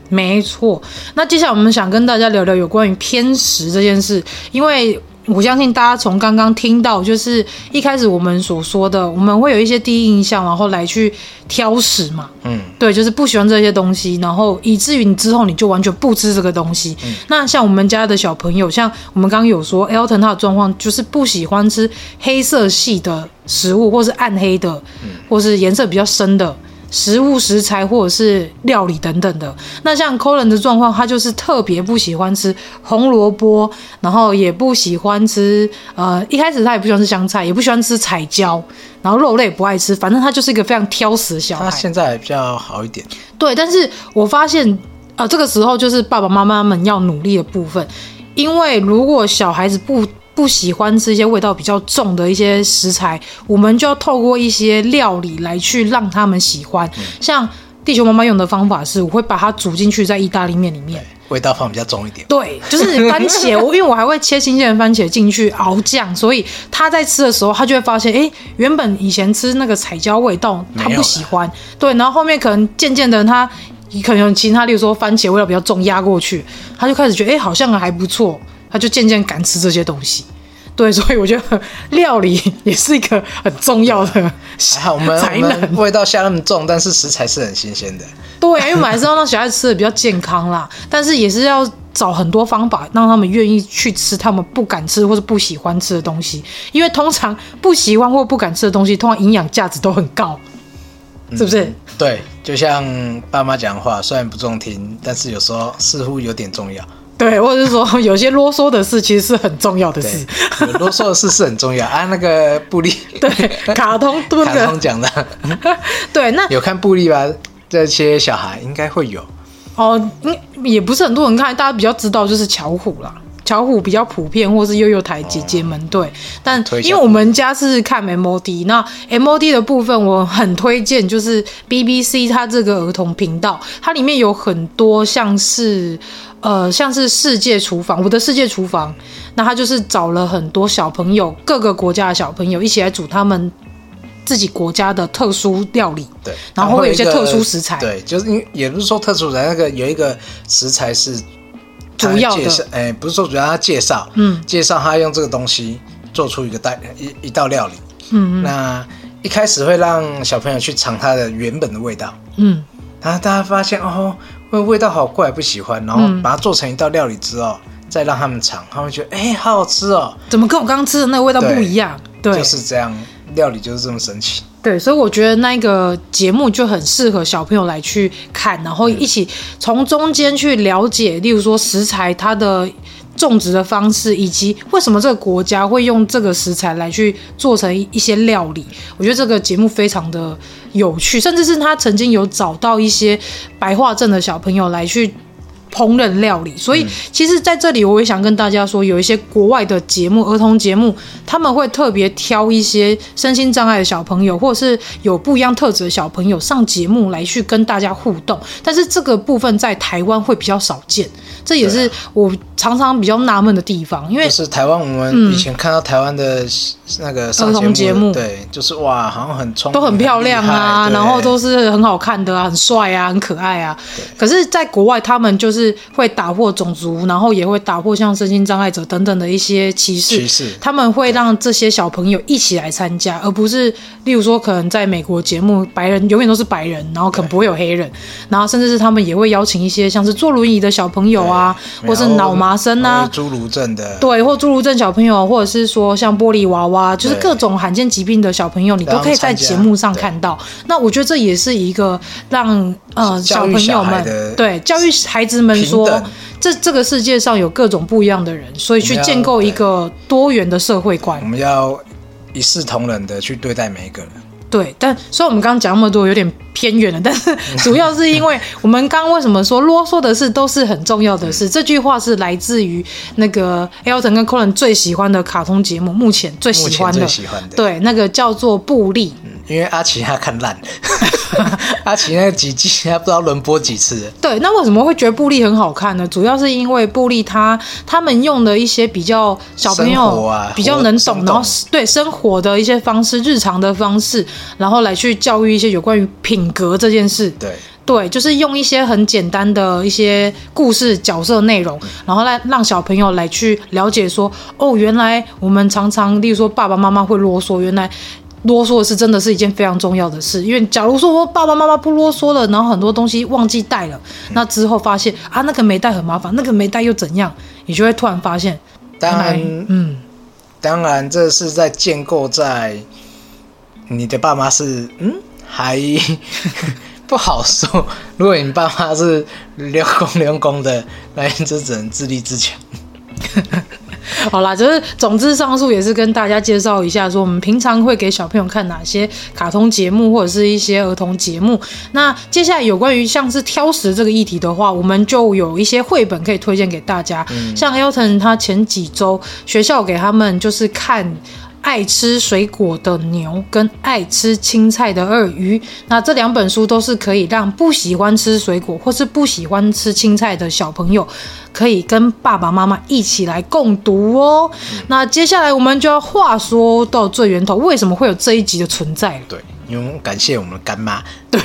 B: 没错。那接下来我们想跟大家聊聊有关于偏食这件事，因为。我相信大家从刚刚听到，就是一开始我们所说的，我们会有一些第一印象，然后来去挑食嘛。
A: 嗯，
B: 对，就是不喜欢这些东西，然后以至于你之后你就完全不吃这个东西。那像我们家的小朋友，像我们刚刚有说，Elton 他的状况就是不喜欢吃黑色系的食物，或是暗黑的，或是颜色比较深的。食物、食材或者是料理等等的。那像 Colin 的状况，他就是特别不喜欢吃红萝卜，然后也不喜欢吃呃，一开始他也不喜欢吃香菜，也不喜欢吃彩椒，然后肉类也不爱吃，反正他就是一个非常挑食的小孩。
A: 他现在比较好一点，
B: 对，但是我发现，呃，这个时候就是爸爸妈妈们要努力的部分，因为如果小孩子不不喜欢吃一些味道比较重的一些食材，我们就要透过一些料理来去让他们喜欢。像地球妈妈用的方法是，我会把它煮进去在意大利面里面。
A: 味道放比较重一 点。
B: 对，就是番茄，我因为我还会切新鲜的番茄进去熬酱，所以他在吃的时候，他就会发现，哎，原本以前吃那个彩椒味道，他
A: 没有
B: 不
A: 了
B: 喜欢。对，然后后面可能渐渐的他。可能有其他，例如说番茄味道比较重，压过去，他就开始觉得，哎、好像还不错，他就渐渐敢吃这些东西。对，所以我觉得料理也是一个很重要的
A: 还好我们
B: 才
A: 我
B: 能。
A: 们味道下那么重，但是食材是很新鲜的。
B: 对啊，因为买是要让小孩子吃的比较健康啦，但是也是要找很多方法让他们愿意去吃他们不敢吃或者不喜欢吃的东西，因为通常不喜欢或不敢吃的东西，通常营养价值都很高， 是不是？
A: 嗯对，就像爸妈讲的话，虽然不中听，但是有时候似乎有点重要。
B: 对，或者是说有些啰嗦的事其实是很重要的事
A: 对。，有啰嗦的事是很重要啊。那个布利，
B: 对，卡通对
A: 卡通
B: 的，
A: 讲的，
B: 对，那
A: 有看布利吧？这些小孩应该会有。
B: 哦，嗯，也不是很多人看，大家比较知道就是巧虎啦。巧虎比较普遍，或是悠悠台姐姐们对，但
A: 推一下
B: 因为我们家是看 MOD，那 MOD 的部分我很推荐，就是 BBC 它这个儿童频道，它里面有很多像是呃像是世界厨房，我的世界厨房，那它就是找了很多小朋友，各个国家的小朋友一起来煮他们自己国家的特殊料理，
A: 对，
B: 然后会有一些
A: 个
B: 特殊食材
A: 对，就是因为也不是说特殊食材，那个有一个食材是
B: 主
A: 他
B: 要的
A: 介绍，哎、不是说主要他介绍，
B: 嗯，
A: 介绍他用这个东西做出一个代一一道料理。
B: 嗯嗯
A: 那一开始会让小朋友去尝它的原本的味道，
B: 嗯，
A: 然后大家发现哦，味味道好怪，不喜欢，然后
B: 嗯
A: 把它做成一道料理之后，再让他们尝，他们觉得哎、好好吃哦，
B: 怎么跟我刚刚吃的那个味道不
A: 对
B: 一样？对，
A: 就是这样，料理就是这么神奇。
B: 对，所以我觉得那个节目就很适合小朋友来去看，然后一起从中间去了解，例如说食材它的种植的方式，以及为什么这个国家会用这个食材来去做成一一些料理。我觉得这个节目非常的有趣，甚至是他曾经有找到一些白化症的小朋友来去烹饪料理。所以，其实在这里我也想跟大家说，有一些国外的节目，儿童节目，他们会特别挑一些身心障碍的小朋友，或者是有不一样特质的小朋友上节目来去跟大家互动。但是这个部分在台湾会比较少见，这也是我常常比较纳闷的地方， 因为
A: 就是台湾，我们以前看到台湾的那个上
B: 嗯儿童节目
A: 对，就是哇，好像很冲，
B: 都很漂亮啊，
A: 很厉害
B: 然后都
A: 对
B: 是很好看的啊，很帅啊，很可爱啊。可是，在国外他们就是就是会打破种族，然后也会打破像身心障碍者等等的一些歧视。
A: 歧视
B: 他们会让这些小朋友一起来参加，而不是例如说可能在美国节目，白人永远都是白人，然后可能不会有黑人，然后甚至是他们也会邀请一些像是坐轮椅的小朋友啊，
A: 对
B: 或是脑麻生
A: 然
B: 啊
A: 后。侏儒症的，
B: 对，或侏儒症小朋友，或者是说像玻璃娃娃，就是
A: 对
B: 各种罕见疾病的小朋友，你都可以在节目上看到。那我觉得这也是一个让呃
A: 教
B: 小
A: 育
B: 朋
A: 小
B: 友
A: 孩
B: 们
A: 的
B: 对教育孩子们说
A: 平等，
B: 这这个世界上有各种不一样的人，所以去
A: 我们要
B: 建构一
A: 对
B: 个多元的社会观
A: 我。们要一视同仁的去对待每一个人。
B: 对，但虽然我们刚刚讲那么多有点偏远了，但是
A: 嗯
B: 主要是因为我们刚刚为什么说啰嗦的事都是很重要的
A: 嗯
B: 事？这句话是来自于那个 Elton 跟 Colin 最喜欢的卡通节目，目前最
A: 目
B: 喜
A: 前
B: 欢
A: 最
B: 的，
A: 喜欢的，，
B: 对，那个叫做布利。
A: 因为阿奇他看烂， 阿奇那几季他不知道轮播几次了，
B: 对，那为什么会觉得布利很好看呢？主要是因为布利他他们用的一些比较小朋
A: 生
B: 友、
A: 活啊
B: 比较
A: 活
B: 能
A: 生
B: 懂，
A: 动
B: 然后对生活的一些方式、日常的方式，然后来去教育一些有关于品格这件事。
A: 对，
B: 对，就是用一些很简单的一些故事角色内容，然后来让小朋友来去了解说，哦，原来我们常常，例如说爸爸妈妈会啰嗦，原来。啰嗦是真的是一件非常重要的事，因为假如说我爸爸妈妈不啰嗦了，然后很多东西忘记带了，那之后发现啊那个没带很麻烦，那个没带又怎样？你就会突然发现，
A: 当
B: 原来
A: 然
B: 嗯，
A: 当然，这是在建构在你的爸妈是嗯 还不好说。如果你爸妈是流公流公的，那你就只能自立自强。
B: 好啦，就是总之上述也是跟大家介绍一下，说我们平常会给小朋友看哪些卡通节目或者是一些儿童节目。那接下来有关于像是挑食这个议题的话，我们就有一些绘本可以推荐给大家。像 Elton 他前几周学校给他们就是看。爱吃水果的牛跟爱吃青菜的鳄鱼，那这两本书都是可以让不喜欢吃水果或是不喜欢吃青菜的小朋友，可以跟爸爸妈妈一起来共读哦。那接下来我们就要话说到最源头，为什么会有这一集的存在了？
A: 对，因为我们感谢我们的干妈，
B: 对，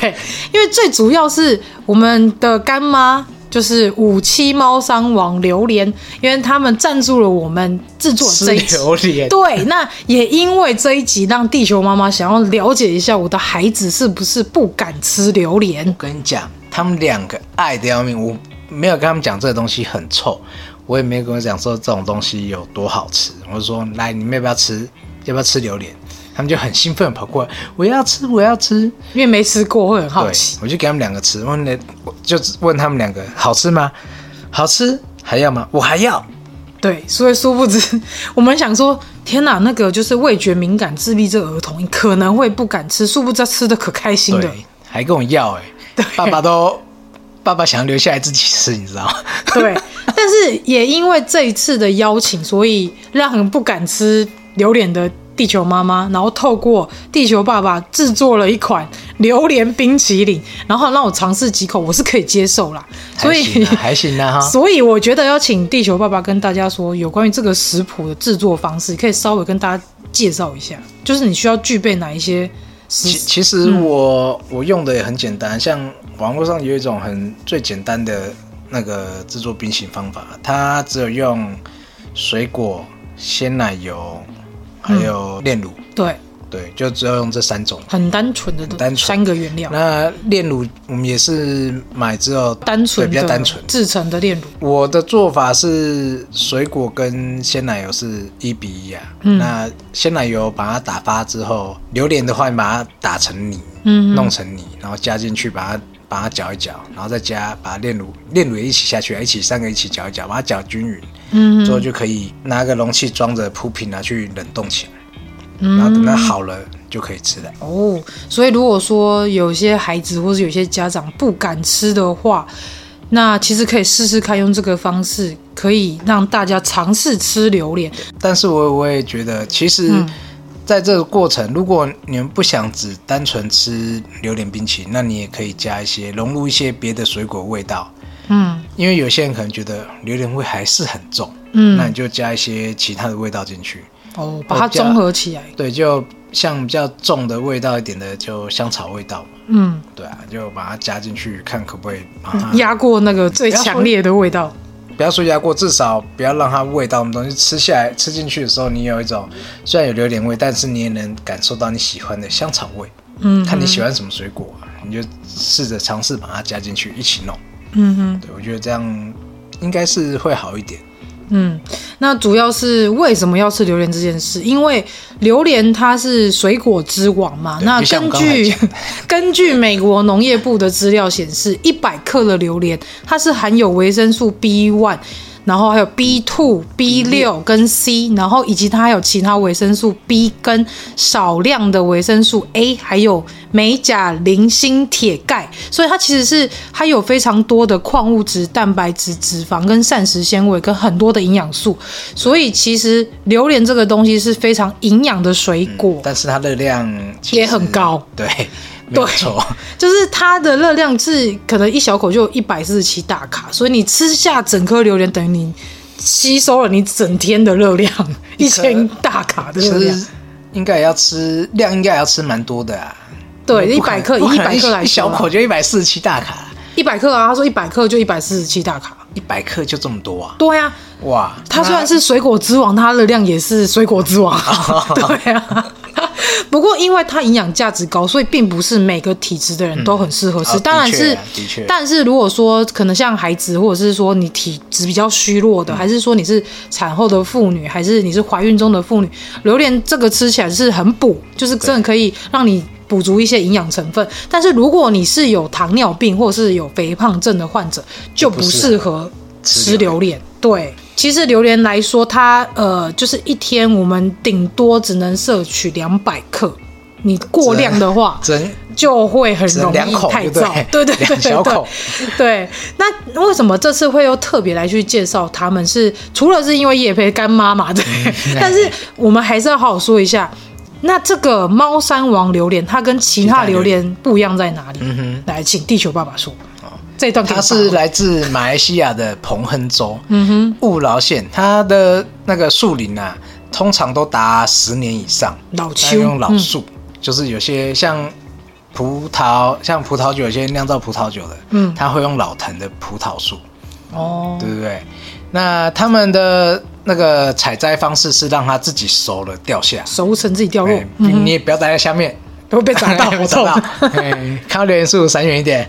B: 因为最主要是我们的干妈就是五七猫山王榴莲，因为他们赞助了我们制作
A: 吃
B: 这一集。
A: 榴莲，
B: 对，那也因为这一集让地球妈妈想要了解一下我的孩子是不是不敢吃榴莲
A: 我。跟你讲，他们两个爱的要命，我没有跟他们讲这个东西很臭，我也没有跟我讲说这种东西有多好吃。我就说来，你们要不要吃？要不要吃榴莲？他们就很兴奋地跑过来，我要吃，我要吃。
B: 因为没吃过会很好
A: 对
B: 奇。
A: 我就给他们两个吃，问了我就只问他们两个好吃吗？好吃还要吗？我还要。
B: 对，所以殊不知，我们想说，天哪，那个就是味觉敏感、自闭症儿童可能会不敢吃，殊不知他吃的可开心了。
A: 对，还跟我要哎、爸爸都爸爸想留下来自己吃，你知道吗？
B: 对，但是也因为这一次的邀请，所以让不敢吃榴莲的地球妈妈，然后透过地球爸爸制作了一款榴莲冰淇淋，然后让我尝试几口，我是可以接受啦。所
A: 还
B: 以
A: 行啊还行啊哈。
B: 所以我觉得要请地球爸爸跟大家说，有关于这个食谱的制作方式，可以稍微跟大家介绍一下，就是你需要具备哪一些
A: 其
B: 食。
A: 其实我、我用的也很简单，像网络上有一种很最简单的那个制作冰淇淋方法，它只有用水果、鲜奶油还
B: 嗯
A: 有炼乳，
B: 对，
A: 对，就只有用这三种。
B: 很单纯的
A: 单纯
B: 三个原料，
A: 那炼乳我们也是买之后
B: 单纯
A: 对比
B: 的
A: 较单纯。
B: 制成的炼乳。
A: 我的做法是水果跟鲜奶油是一比一啊，
B: 嗯
A: 那鲜奶油把它打发之后，榴莲的话你把它打成泥，
B: 嗯
A: 弄成泥，然后加进去把它。把它搅一搅，然后再加把炼乳炼乳也一起下去，一起三个一起搅一搅，把它搅均匀，
B: 嗯
A: 之后就可以拿个容器装着铺平，拿去冷冻起来，
B: 嗯
A: 然后等它好了就可以吃了。
B: 哦，所以如果说有些孩子或者有些家长不敢吃的话，那其实可以试试看用这个方式，可以让大家尝试吃榴莲。
A: 但是我我也觉得，其实
B: 嗯
A: 在这个过程，如果你们不想只单纯吃榴莲冰淇淋，那你也可以加一些融入一些别的水果味道，
B: 嗯
A: 因为有些人可能觉得榴莲味还是很重，
B: 嗯
A: 那你就加一些其他的味道进去，
B: 哦，把它综合起来，
A: 对，就像比较重的味道一点的，就香草味道嘛，
B: 嗯，
A: 对啊，就把它加进去，看可不可以把它
B: 压过那个最强烈的味道。
A: 不要说压过，至少不要让它味道那种东西吃下来吃进去的时候，你有一
B: 嗯
A: 种虽然有榴莲味，但是你也能感受到你喜欢的香草味。
B: 嗯，
A: 看你喜欢什么水果、啊，你就试着尝试把它加进去一起弄。
B: 嗯哼，
A: 对我觉得这样应该是会好一点。
B: 嗯，那主要是为什么要吃榴莲这件事？因为榴莲它是水果之王嘛。
A: 对
B: 那
A: 就像
B: 根
A: 我刚才
B: 据
A: 讲
B: 根据美国农业部的资料显示，一百克的榴莲它是含有维生素 B one，然后还有 B two、B 六跟 C，然后以及它还有其他维生素 B 跟少量的维生素 A，还有镁、钾、磷、锌、铁、钙，所以它其实是它有非常多的矿物质、蛋白质、脂肪跟膳食纤维跟很多的营养素，所以其实榴莲这个东西是非常营养的水果。
A: 但是它热量其实
B: 哦也很高，
A: 对，没有错，
B: 就是它的热量是可能一小口就有一百四十七大卡，所以你吃下整颗榴莲，等于你吸收了你整天的热量，一
A: 颗
B: 千大卡的
A: 其
B: 热量
A: 实。应该也要吃量，应该也要吃蛮多的啊。
B: 对，一
A: 不可
B: 百
A: 能
B: 克，以
A: 不可
B: 一
A: 能
B: 百克来
A: 一小口
B: 说，啊
A: 就一百四十七大卡，
B: 一百克啊，他说一百克就一百四十七大卡。
A: 一百克就这么多啊！
B: 对啊，
A: 哇，
B: 它虽
A: 那
B: 然是水果之王，它的量也是水果 之王。对啊，不过因为它营养价值高，所以并不是每个体质的人都很适合
A: 啊
B: 吃。
A: 的
B: 当然
A: 确
B: 是
A: 啊的确，
B: 但是如果说可能像孩子，或者是说你体质比较虚弱
A: 嗯
B: 的，还是说你是产后的妇女，还是你是怀孕中的妇女，榴莲这个吃起来是很补，就是真的可以让你。补足一些营养成分，但是如果你是有糖尿病或是有肥胖症的患者，就不
A: 不适合
B: 适合吃
A: 吃榴
B: 榴莲。对，其实榴莲来说，它呃，就是一天我们顶多只能摄取两百克，你过量的话，
A: 真
B: 就会很
A: 只
B: 容
A: 能两
B: 易
A: 口
B: 太
A: 就对
B: 燥， 对对对对
A: 两小
B: 对
A: 口
B: 对。那为什么这次会又特别来去介绍他们是？除了是因为叶培干妈嘛，对，
A: 嗯
B: 但是我们还是要好好说一下。那这个猫山王榴莲，它跟其他榴莲不一样在哪里？
A: 嗯哼哦
B: 来，请地球爸爸说。这一段给
A: 它
B: 你
A: 是
B: 爸爸
A: 来自马来西亚的彭亨州，
B: 嗯哼，
A: 雾劳县，它的那个树龄啊，通常都达十年以上，
B: 老
A: 它
B: 秋
A: 用老
B: 嗯
A: 树，就是有些像葡萄，像葡萄酒，有些酿造葡萄酒的，
B: 嗯
A: 它会用老藤的葡萄树，
B: 哦，
A: 对不对？那他们的那个采摘方式是让它自己熟了掉下，
B: 手无成自己掉落
A: 哎，
B: 嗯哼
A: 你也不要待在下面，
B: 会 被砸到，
A: 被
B: 好
A: 找
B: 痛
A: 到。 哎看到榴莲树闪远一点。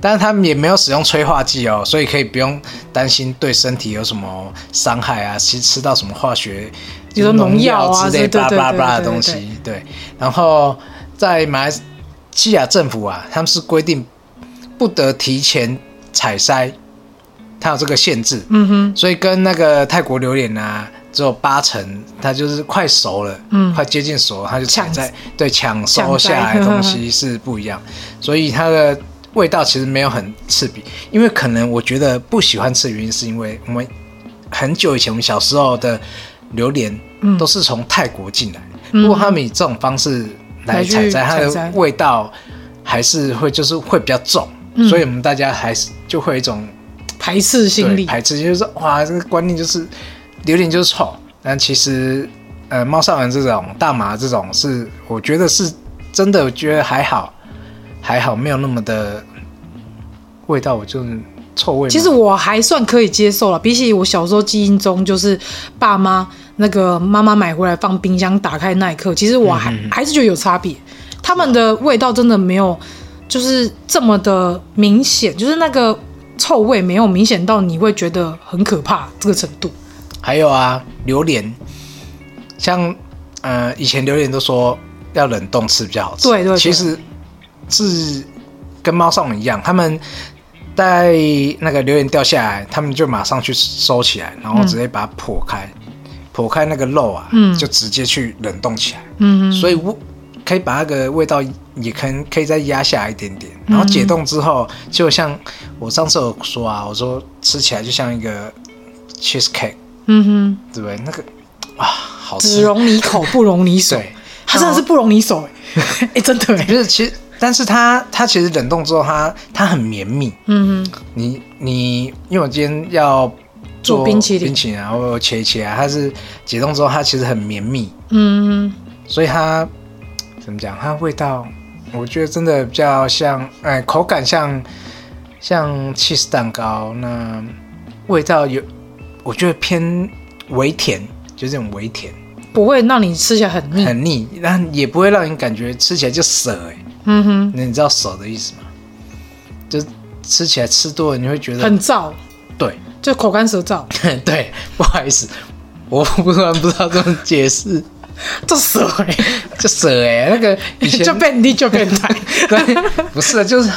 A: 但是他们也没有使用催化剂哦，所以可以不用担心对身体有什么伤害啊。其实吃到什么化学，
B: 比如说农
A: 农
B: 药啊
A: 之类
B: 对对
A: 巴
B: 对
A: 拉
B: 对
A: 巴拉的
B: 对对
A: 东西。对，然后在马来西亚政府啊，他们是规定不得提前采摘，它有这个限制。
B: 嗯哼，
A: 所以跟那个泰国榴莲啊，只有八成，它就是快熟了，
B: 嗯
A: 快接近熟了，它就采
B: 抢
A: 摘，对，抢
B: 抢摘
A: 收下来的东西是不一样，所以它的味道其实没有很刺鼻，因为可能我觉得不喜欢吃的原因是因为我们很久以前我们小时候的榴莲
B: 嗯
A: 都是从泰国进来，
B: 嗯
A: 如果他们以这种方式来
B: 来去
A: 采摘，它
B: 采摘
A: 的味道还是会就是会比较重，
B: 嗯
A: 所以我们大家还是就会有一种
B: 排斥心
A: 对，
B: 理，
A: 排斥，就是说哇，这个观念就是榴莲就是臭，但其实呃，猫砂丸这种大麻这种是，我觉得是真的，我觉得还好，还好没有那么的味道，我就是臭味嘛。
B: 其实我还算可以接受了，比起我小时候基因中就是爸妈那个妈妈买回来放冰箱打开那一刻，其实我还、还是觉得有差别。他们的味道真的没有就是这么的明显，就是那个臭味没有明显到你会觉得很可怕这个程度。
A: 还有啊，榴莲，像呃以前榴莲都说要冷冻吃比较好吃，
B: 对对对
A: 其实是跟猫上一样，他们在那个榴莲掉下来，他们就马上去收起来，然后直接把它剖开，剖开那个肉啊，
B: 嗯
A: 就直接去冷冻起来，
B: 嗯
A: 所以我。可以把那个味道也可能可以再压下来一点点，
B: 嗯
A: 然后解冻之后，就像我上次有说啊，我说吃起来就像一个 cheesecake，
B: 嗯哼，
A: 对不对？那个啊，好吃，
B: 只容你口不容你 手
A: 对，
B: 它真的是不容你手 哎、欸欸真的、
A: 不
B: 欸，
A: 是其实，但是它它其实冷冻之后它，它很绵密。
B: 嗯哼，
A: 你你，因为我今天要做
B: 做冰淇淋
A: 冰淇淋然后切一切啊，它是解冻之后它其实很绵密，
B: 嗯，
A: 所以它怎么讲？它味道我觉得真的比较像，哎、口感像像 cheese 蛋糕，那味道有我觉得偏微甜，就这种微甜，
B: 不会让你吃起来很腻。
A: 很腻，但也不会让人感觉吃起来就涩哎、
B: 嗯哼，
A: 那你知道涩的意思吗？就是吃起来吃多了你会觉得
B: 很燥，
A: 对。
B: 就口干舌燥，
A: 对，不好意思，我不然不知道怎么解释，欸
B: 这蛇哎、
A: 就蛇哎、那个以前
B: 就变低就变 态。
A: 对，不是啊就是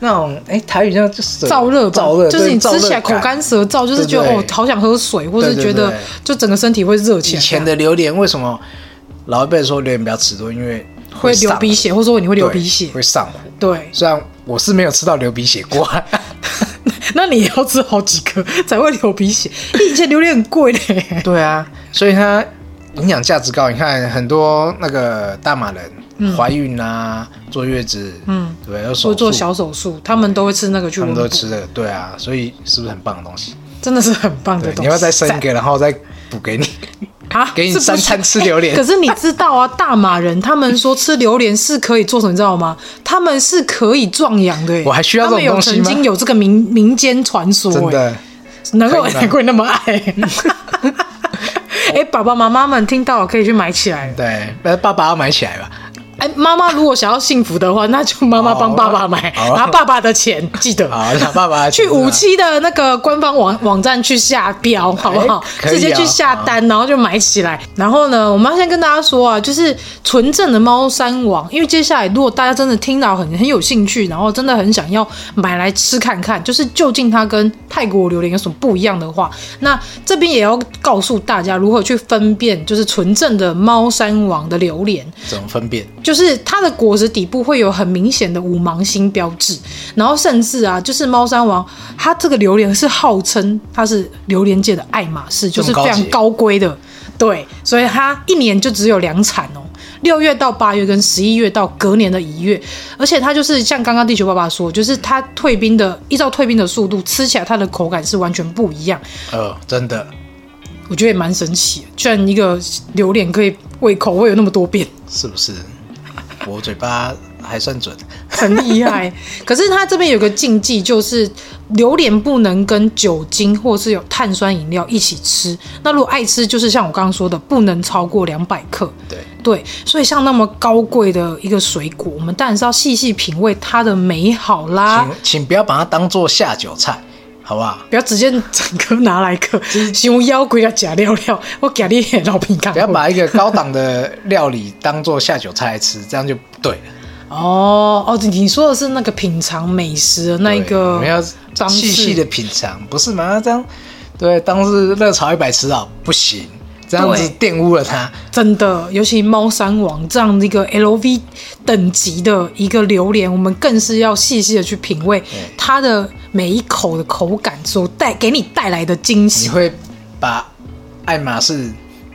A: 那种哎、台语叫就蛇
B: 燥热吧，
A: 燥热，
B: 就是
A: 对
B: 你吃起
A: 燥热
B: 来口
A: 感
B: 干舌燥，就是觉得
A: 对对
B: 哦，好想喝水，或是
A: 对对
B: 觉得
A: 对
B: 就整个身体会热起
A: 以
B: 来。
A: 前的榴莲为什么老一辈说榴莲不要吃多，因为
B: 会流
A: 上
B: 鼻
A: 火，
B: 血，或者说你会流
A: 对
B: 鼻血。
A: 会上火。
B: 对，
A: 虽然我是没有吃到流鼻血过，
B: 那你也要吃好几颗 才会流鼻 血。以前榴莲很贵嘞，
A: 对啊，所以它营养价值高。你看很多那个大马人怀孕啊、坐月子，
B: 嗯，
A: 对不对，要手
B: 说做
A: 术
B: 小手术，他们都会吃那个去
A: 他
B: 闻
A: 们
B: 骨，
A: 都吃的，对啊，所以是不是很棒的东西？
B: 真的是很棒的
A: 对，
B: 东西。
A: 你要不要再生一
B: 赞
A: 个，然后再补 给你？
B: 啊，
A: 给你
B: 是不
A: 三餐
B: 行
A: 吃榴莲
B: 欸可是你知道啊，大马人他们说吃榴莲是可以做什么，你知道吗？他们是可以壮阳的欸、
A: 我还需要这种
B: 他们有
A: 东西吗
B: 曾经有这个民民间传说、欸，
A: 真的，
B: 难怪
A: 可以吗
B: 难怪那么爱。 哎、爸爸妈妈们听到了可以去买起来了。
A: 对，那爸爸要买起来吧。
B: 哎、妈妈如果想要幸福的话，那就妈妈帮爸爸买，
A: 哦
B: 拿爸爸的钱，记得。
A: 好，啊那爸爸
B: 去五，七的那个官方网网站去下标，好不好？
A: 可以啊
B: 直接去下单，然后就买起来。然后呢，我们要先跟大家说啊，就是纯正的猫山王，因为接下来如果大家真的听到很很有兴趣，然后真的很想要买来吃看看，就是究竟它跟泰国榴莲有什么不一样的话，那这边也要告诉大家如何去分辨，就是纯正的猫山王的榴莲。
A: 怎么分辨？
B: 就是它的果实底部会有很明显的五芒星标志，然后甚至啊，就是猫山王，它这个榴莲是号称它是榴莲界的爱马仕，就是
A: 这
B: 非
A: 么高
B: 常
A: 级
B: 高规的，对，所以它一年就只有两产哦。六月到八月跟十一月到隔年的一月，而且它就是像刚刚地球爸爸说，就是它退冰的，依照退冰的速度吃起来，它的口感是完全不一样。
A: 呃，真的
B: 我觉得也蛮神奇的，居然一个榴莲可以胃口味有那么多变。
A: 是不是？我嘴巴还算准，
B: 很厉害。可是它这边有个禁忌，就是榴莲不能跟酒精或是有碳酸饮料一起吃。那如果爱吃，就是像我刚刚说的，不能超过两百克。
A: 对，
B: 对，所以像那么高贵的一个水果，我们当然是要细细品味它的美好啦，
A: 请请不要把它当做下酒菜，好不好？
B: 不要直接整颗拿来嗑，想腰鬼个假料料，我假你的老皮干。
A: 不要把一个高档的料理当做下酒菜来吃，这样就不对了。
B: 哦哦，你说的是那个品尝美食的那一
A: 对
B: 个
A: 我们要
B: 方式
A: 细细的品尝，不是嘛？这样对，当是热炒一百吃啊，不行，这样子玷污了它。
B: 真的，尤其猫山王这样的一个 LV 等级的一个榴莲，我们更是要细细的去品味
A: 嗯
B: 它的每一口的口感所带给你带来的惊
A: 你
B: 喜。
A: 会把爱马仕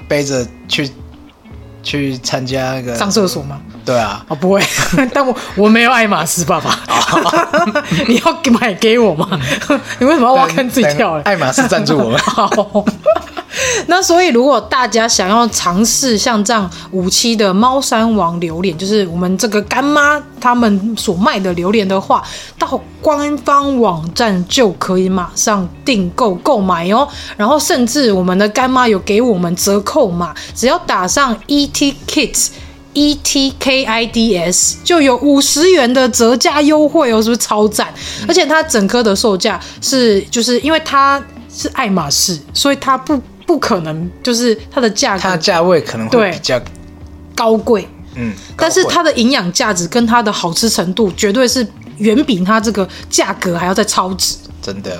A: 背着去去参加那个
B: 上厕所吗？
A: 对啊，
B: 哦，不会， 但我我没有爱马仕爸 爸，你要给买给我吗？你为什么要挖坑自己跳嘞？
A: 嗯但爱马仕赞助我们
B: 好。那所以，如果大家想要尝试像这样五期的猫山王榴莲，就是我们这个干妈他们所卖的榴莲的话，到官方网站就可以马上订购购买哦。然后，甚至我们的干妈有给我们折扣码，只要打上 ET Kids。E T K I D S 就有五十元的折价优惠哦，是不是超赞？而且它整颗的售价是，就是因为它是爱马仕，所以它不不可能就是它的价
A: 它的
B: 格
A: 价位可能会
B: 对
A: 比较
B: 高贵，
A: 嗯，
B: 但是
A: 高贵
B: 它的营养价值跟它的好吃程度绝对是远比它这个价格还要再超值。
A: 真的，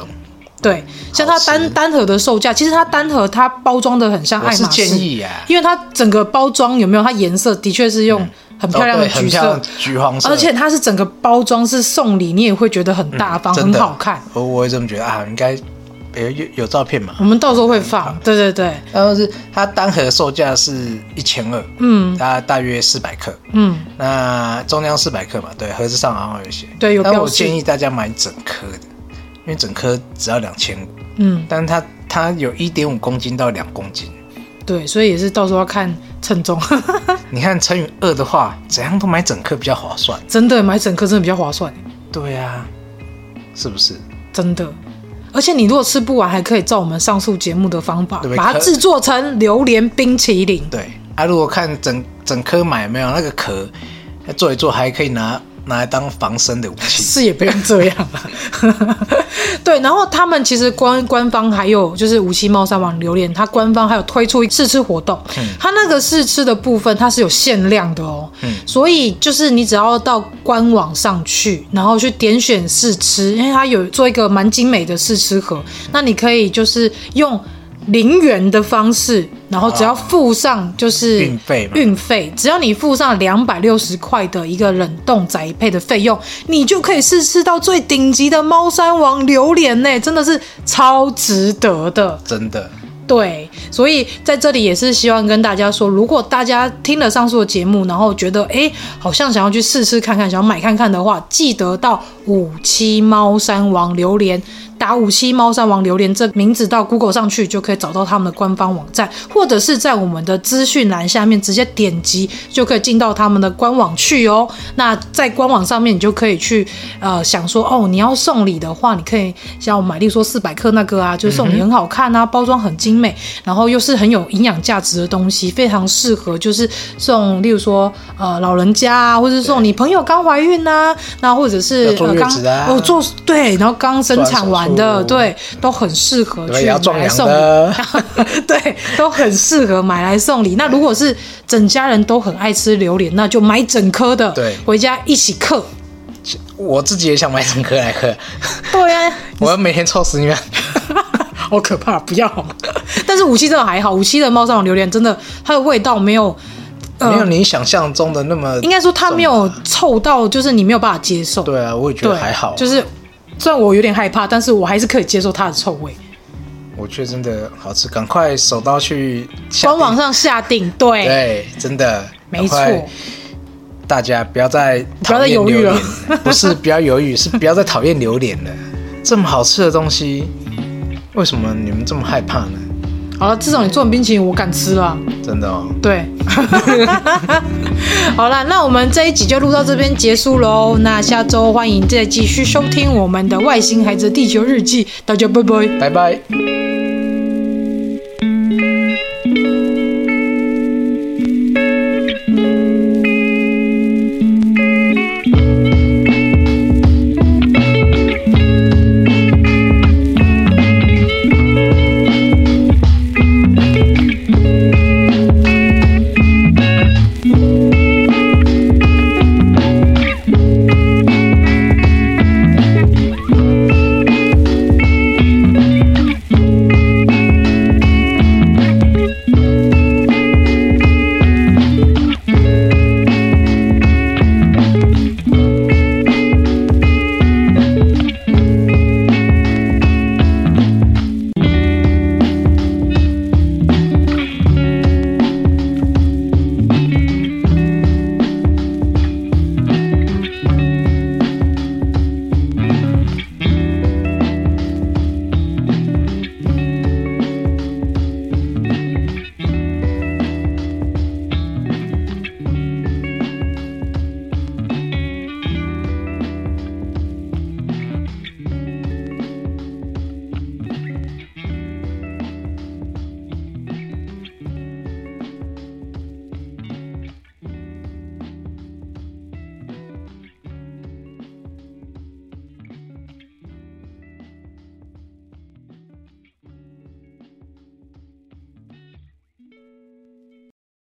B: 对，像它
A: 好
B: 单
A: 吃
B: 单盒的售价，其实它单盒它包装的很像爱
A: 我
B: 马
A: 是
B: 仕，
A: 建议啊，
B: 因为它整个包装有没有它颜色的确是用很漂亮的
A: 哦对很
B: 橘
A: 漂
B: 色
A: 亮，橘黄色，
B: 而且它是整个包装是送礼，你也会觉得很大方，
A: 嗯真
B: 很
A: 的
B: 好看。。
A: 我我会这么觉得啊，应该有有有照片嘛
B: 我。们到时候会放，对对对，
A: 但是它单盒售价是一千二，
B: 嗯
A: 大大约四百克，
B: 嗯，
A: 那重量四百克嘛，对，盒子上好像有写。
B: 对有
A: 但
B: 标
A: 我
B: 示
A: 建议大家买整颗的，因为整颗只要两千五。
B: 嗯，
A: 但是它它有一点五公斤到两公斤。
B: 对，所以也是到时候要看称重，
A: 你看乘以二的话，怎样都买整颗比较划算。
B: 真的买整颗真的比较划算，欸
A: 对啊，是不是？
B: 真的。而且你如果吃不完，还可以照我们上述节目的方法，
A: 对不对
B: 把
A: 可
B: 它制作成榴莲冰淇淋。
A: 对啊，如果看整整颗买没有那个壳，做一做还可以拿拿来当防身的武 器。
B: 是也不用这样了。 对，然后他们其实官官方还有就是无锡猫山王榴莲，它官方还有推出试吃活动，它那个试吃的部分它是有限量的哦，所以就是你只要到官网上去，然后去点选试吃，因为它有做一个蛮精美的试吃盒，那你可以就是用。零元的方式，然后只要附上就是
A: 运费嘛
B: 运费，只要你付上两百六十块的一个冷冻宅配的费用，你就可以试吃到最顶级的猫山王榴莲呢，真的是超值得的。
A: 真的，
B: 对，所以在这里也是希望跟大家说，如果大家听了上述的节目，然后觉得诶好像想要去试试看看，想要买看看的话，记得到五七猫山王榴莲。打五七猫山王榴莲这名字到 Google 上去，就可以找到他们的官方网站，或者是在我们的资讯栏下面直接点击，就可以进到他们的官网去哦。那在官网上面，你就可以去呃想说，哦，你要送礼的话，你可以像我买例说四百克那个啊，就是送礼很好看啊，包装很精美，然后又是很有营养价值的东西，非常适合就是送，例如说呃老人家啊，或者是送你朋友刚怀孕啊，那或者是
A: 要坐
B: 呃
A: 月
B: 刚
A: 子啊
B: 哦做对，然后刚生产
A: 做
B: 完的
A: 完手术
B: 对，都很适合
A: 对吧？
B: 去
A: 也要壮
B: 买来
A: 阳
B: 送礼。
A: 的。
B: 对，都很适合买来送礼。那如果是整家人都很爱吃榴莲，那就买整颗的，
A: 对
B: 回家一起嗑。
A: 我自己也想买整颗来喝，
B: 对啊，
A: 我要每天臭死你 们。
B: 好可怕，不要。 但是五七真的还好，五七的猫山王榴莲真的它的味道没有，呃
A: 没有你想象中的那么，
B: 嗯应该说它没有臭到，就是你没有办法接受。
A: 啊对啊，我也觉
B: 对，
A: 得还好，
B: 就是虽然我有点害怕，但是我还是可以接受它的臭味。
A: 我觉得真的好吃，赶快手刀去下
B: 官
A: 定
B: 网上下定，对，
A: 对，真的
B: 没错。
A: 赶快大家不要再
B: 不要再
A: 讨厌
B: 犹豫
A: 榴
B: 了
A: 莲 不是不要犹豫，是不要再讨厌榴莲了。这么好吃的东西，为什么你们这么害怕呢？
B: 好了，至少你做成冰淇淋，我敢吃了。
A: 真的哦，
B: 对， 好啦，那我们这一集就录到这边结束喽。那下周欢迎再继续收听我们的《外星孩子的地球日记》，大家拜拜。
A: 拜拜。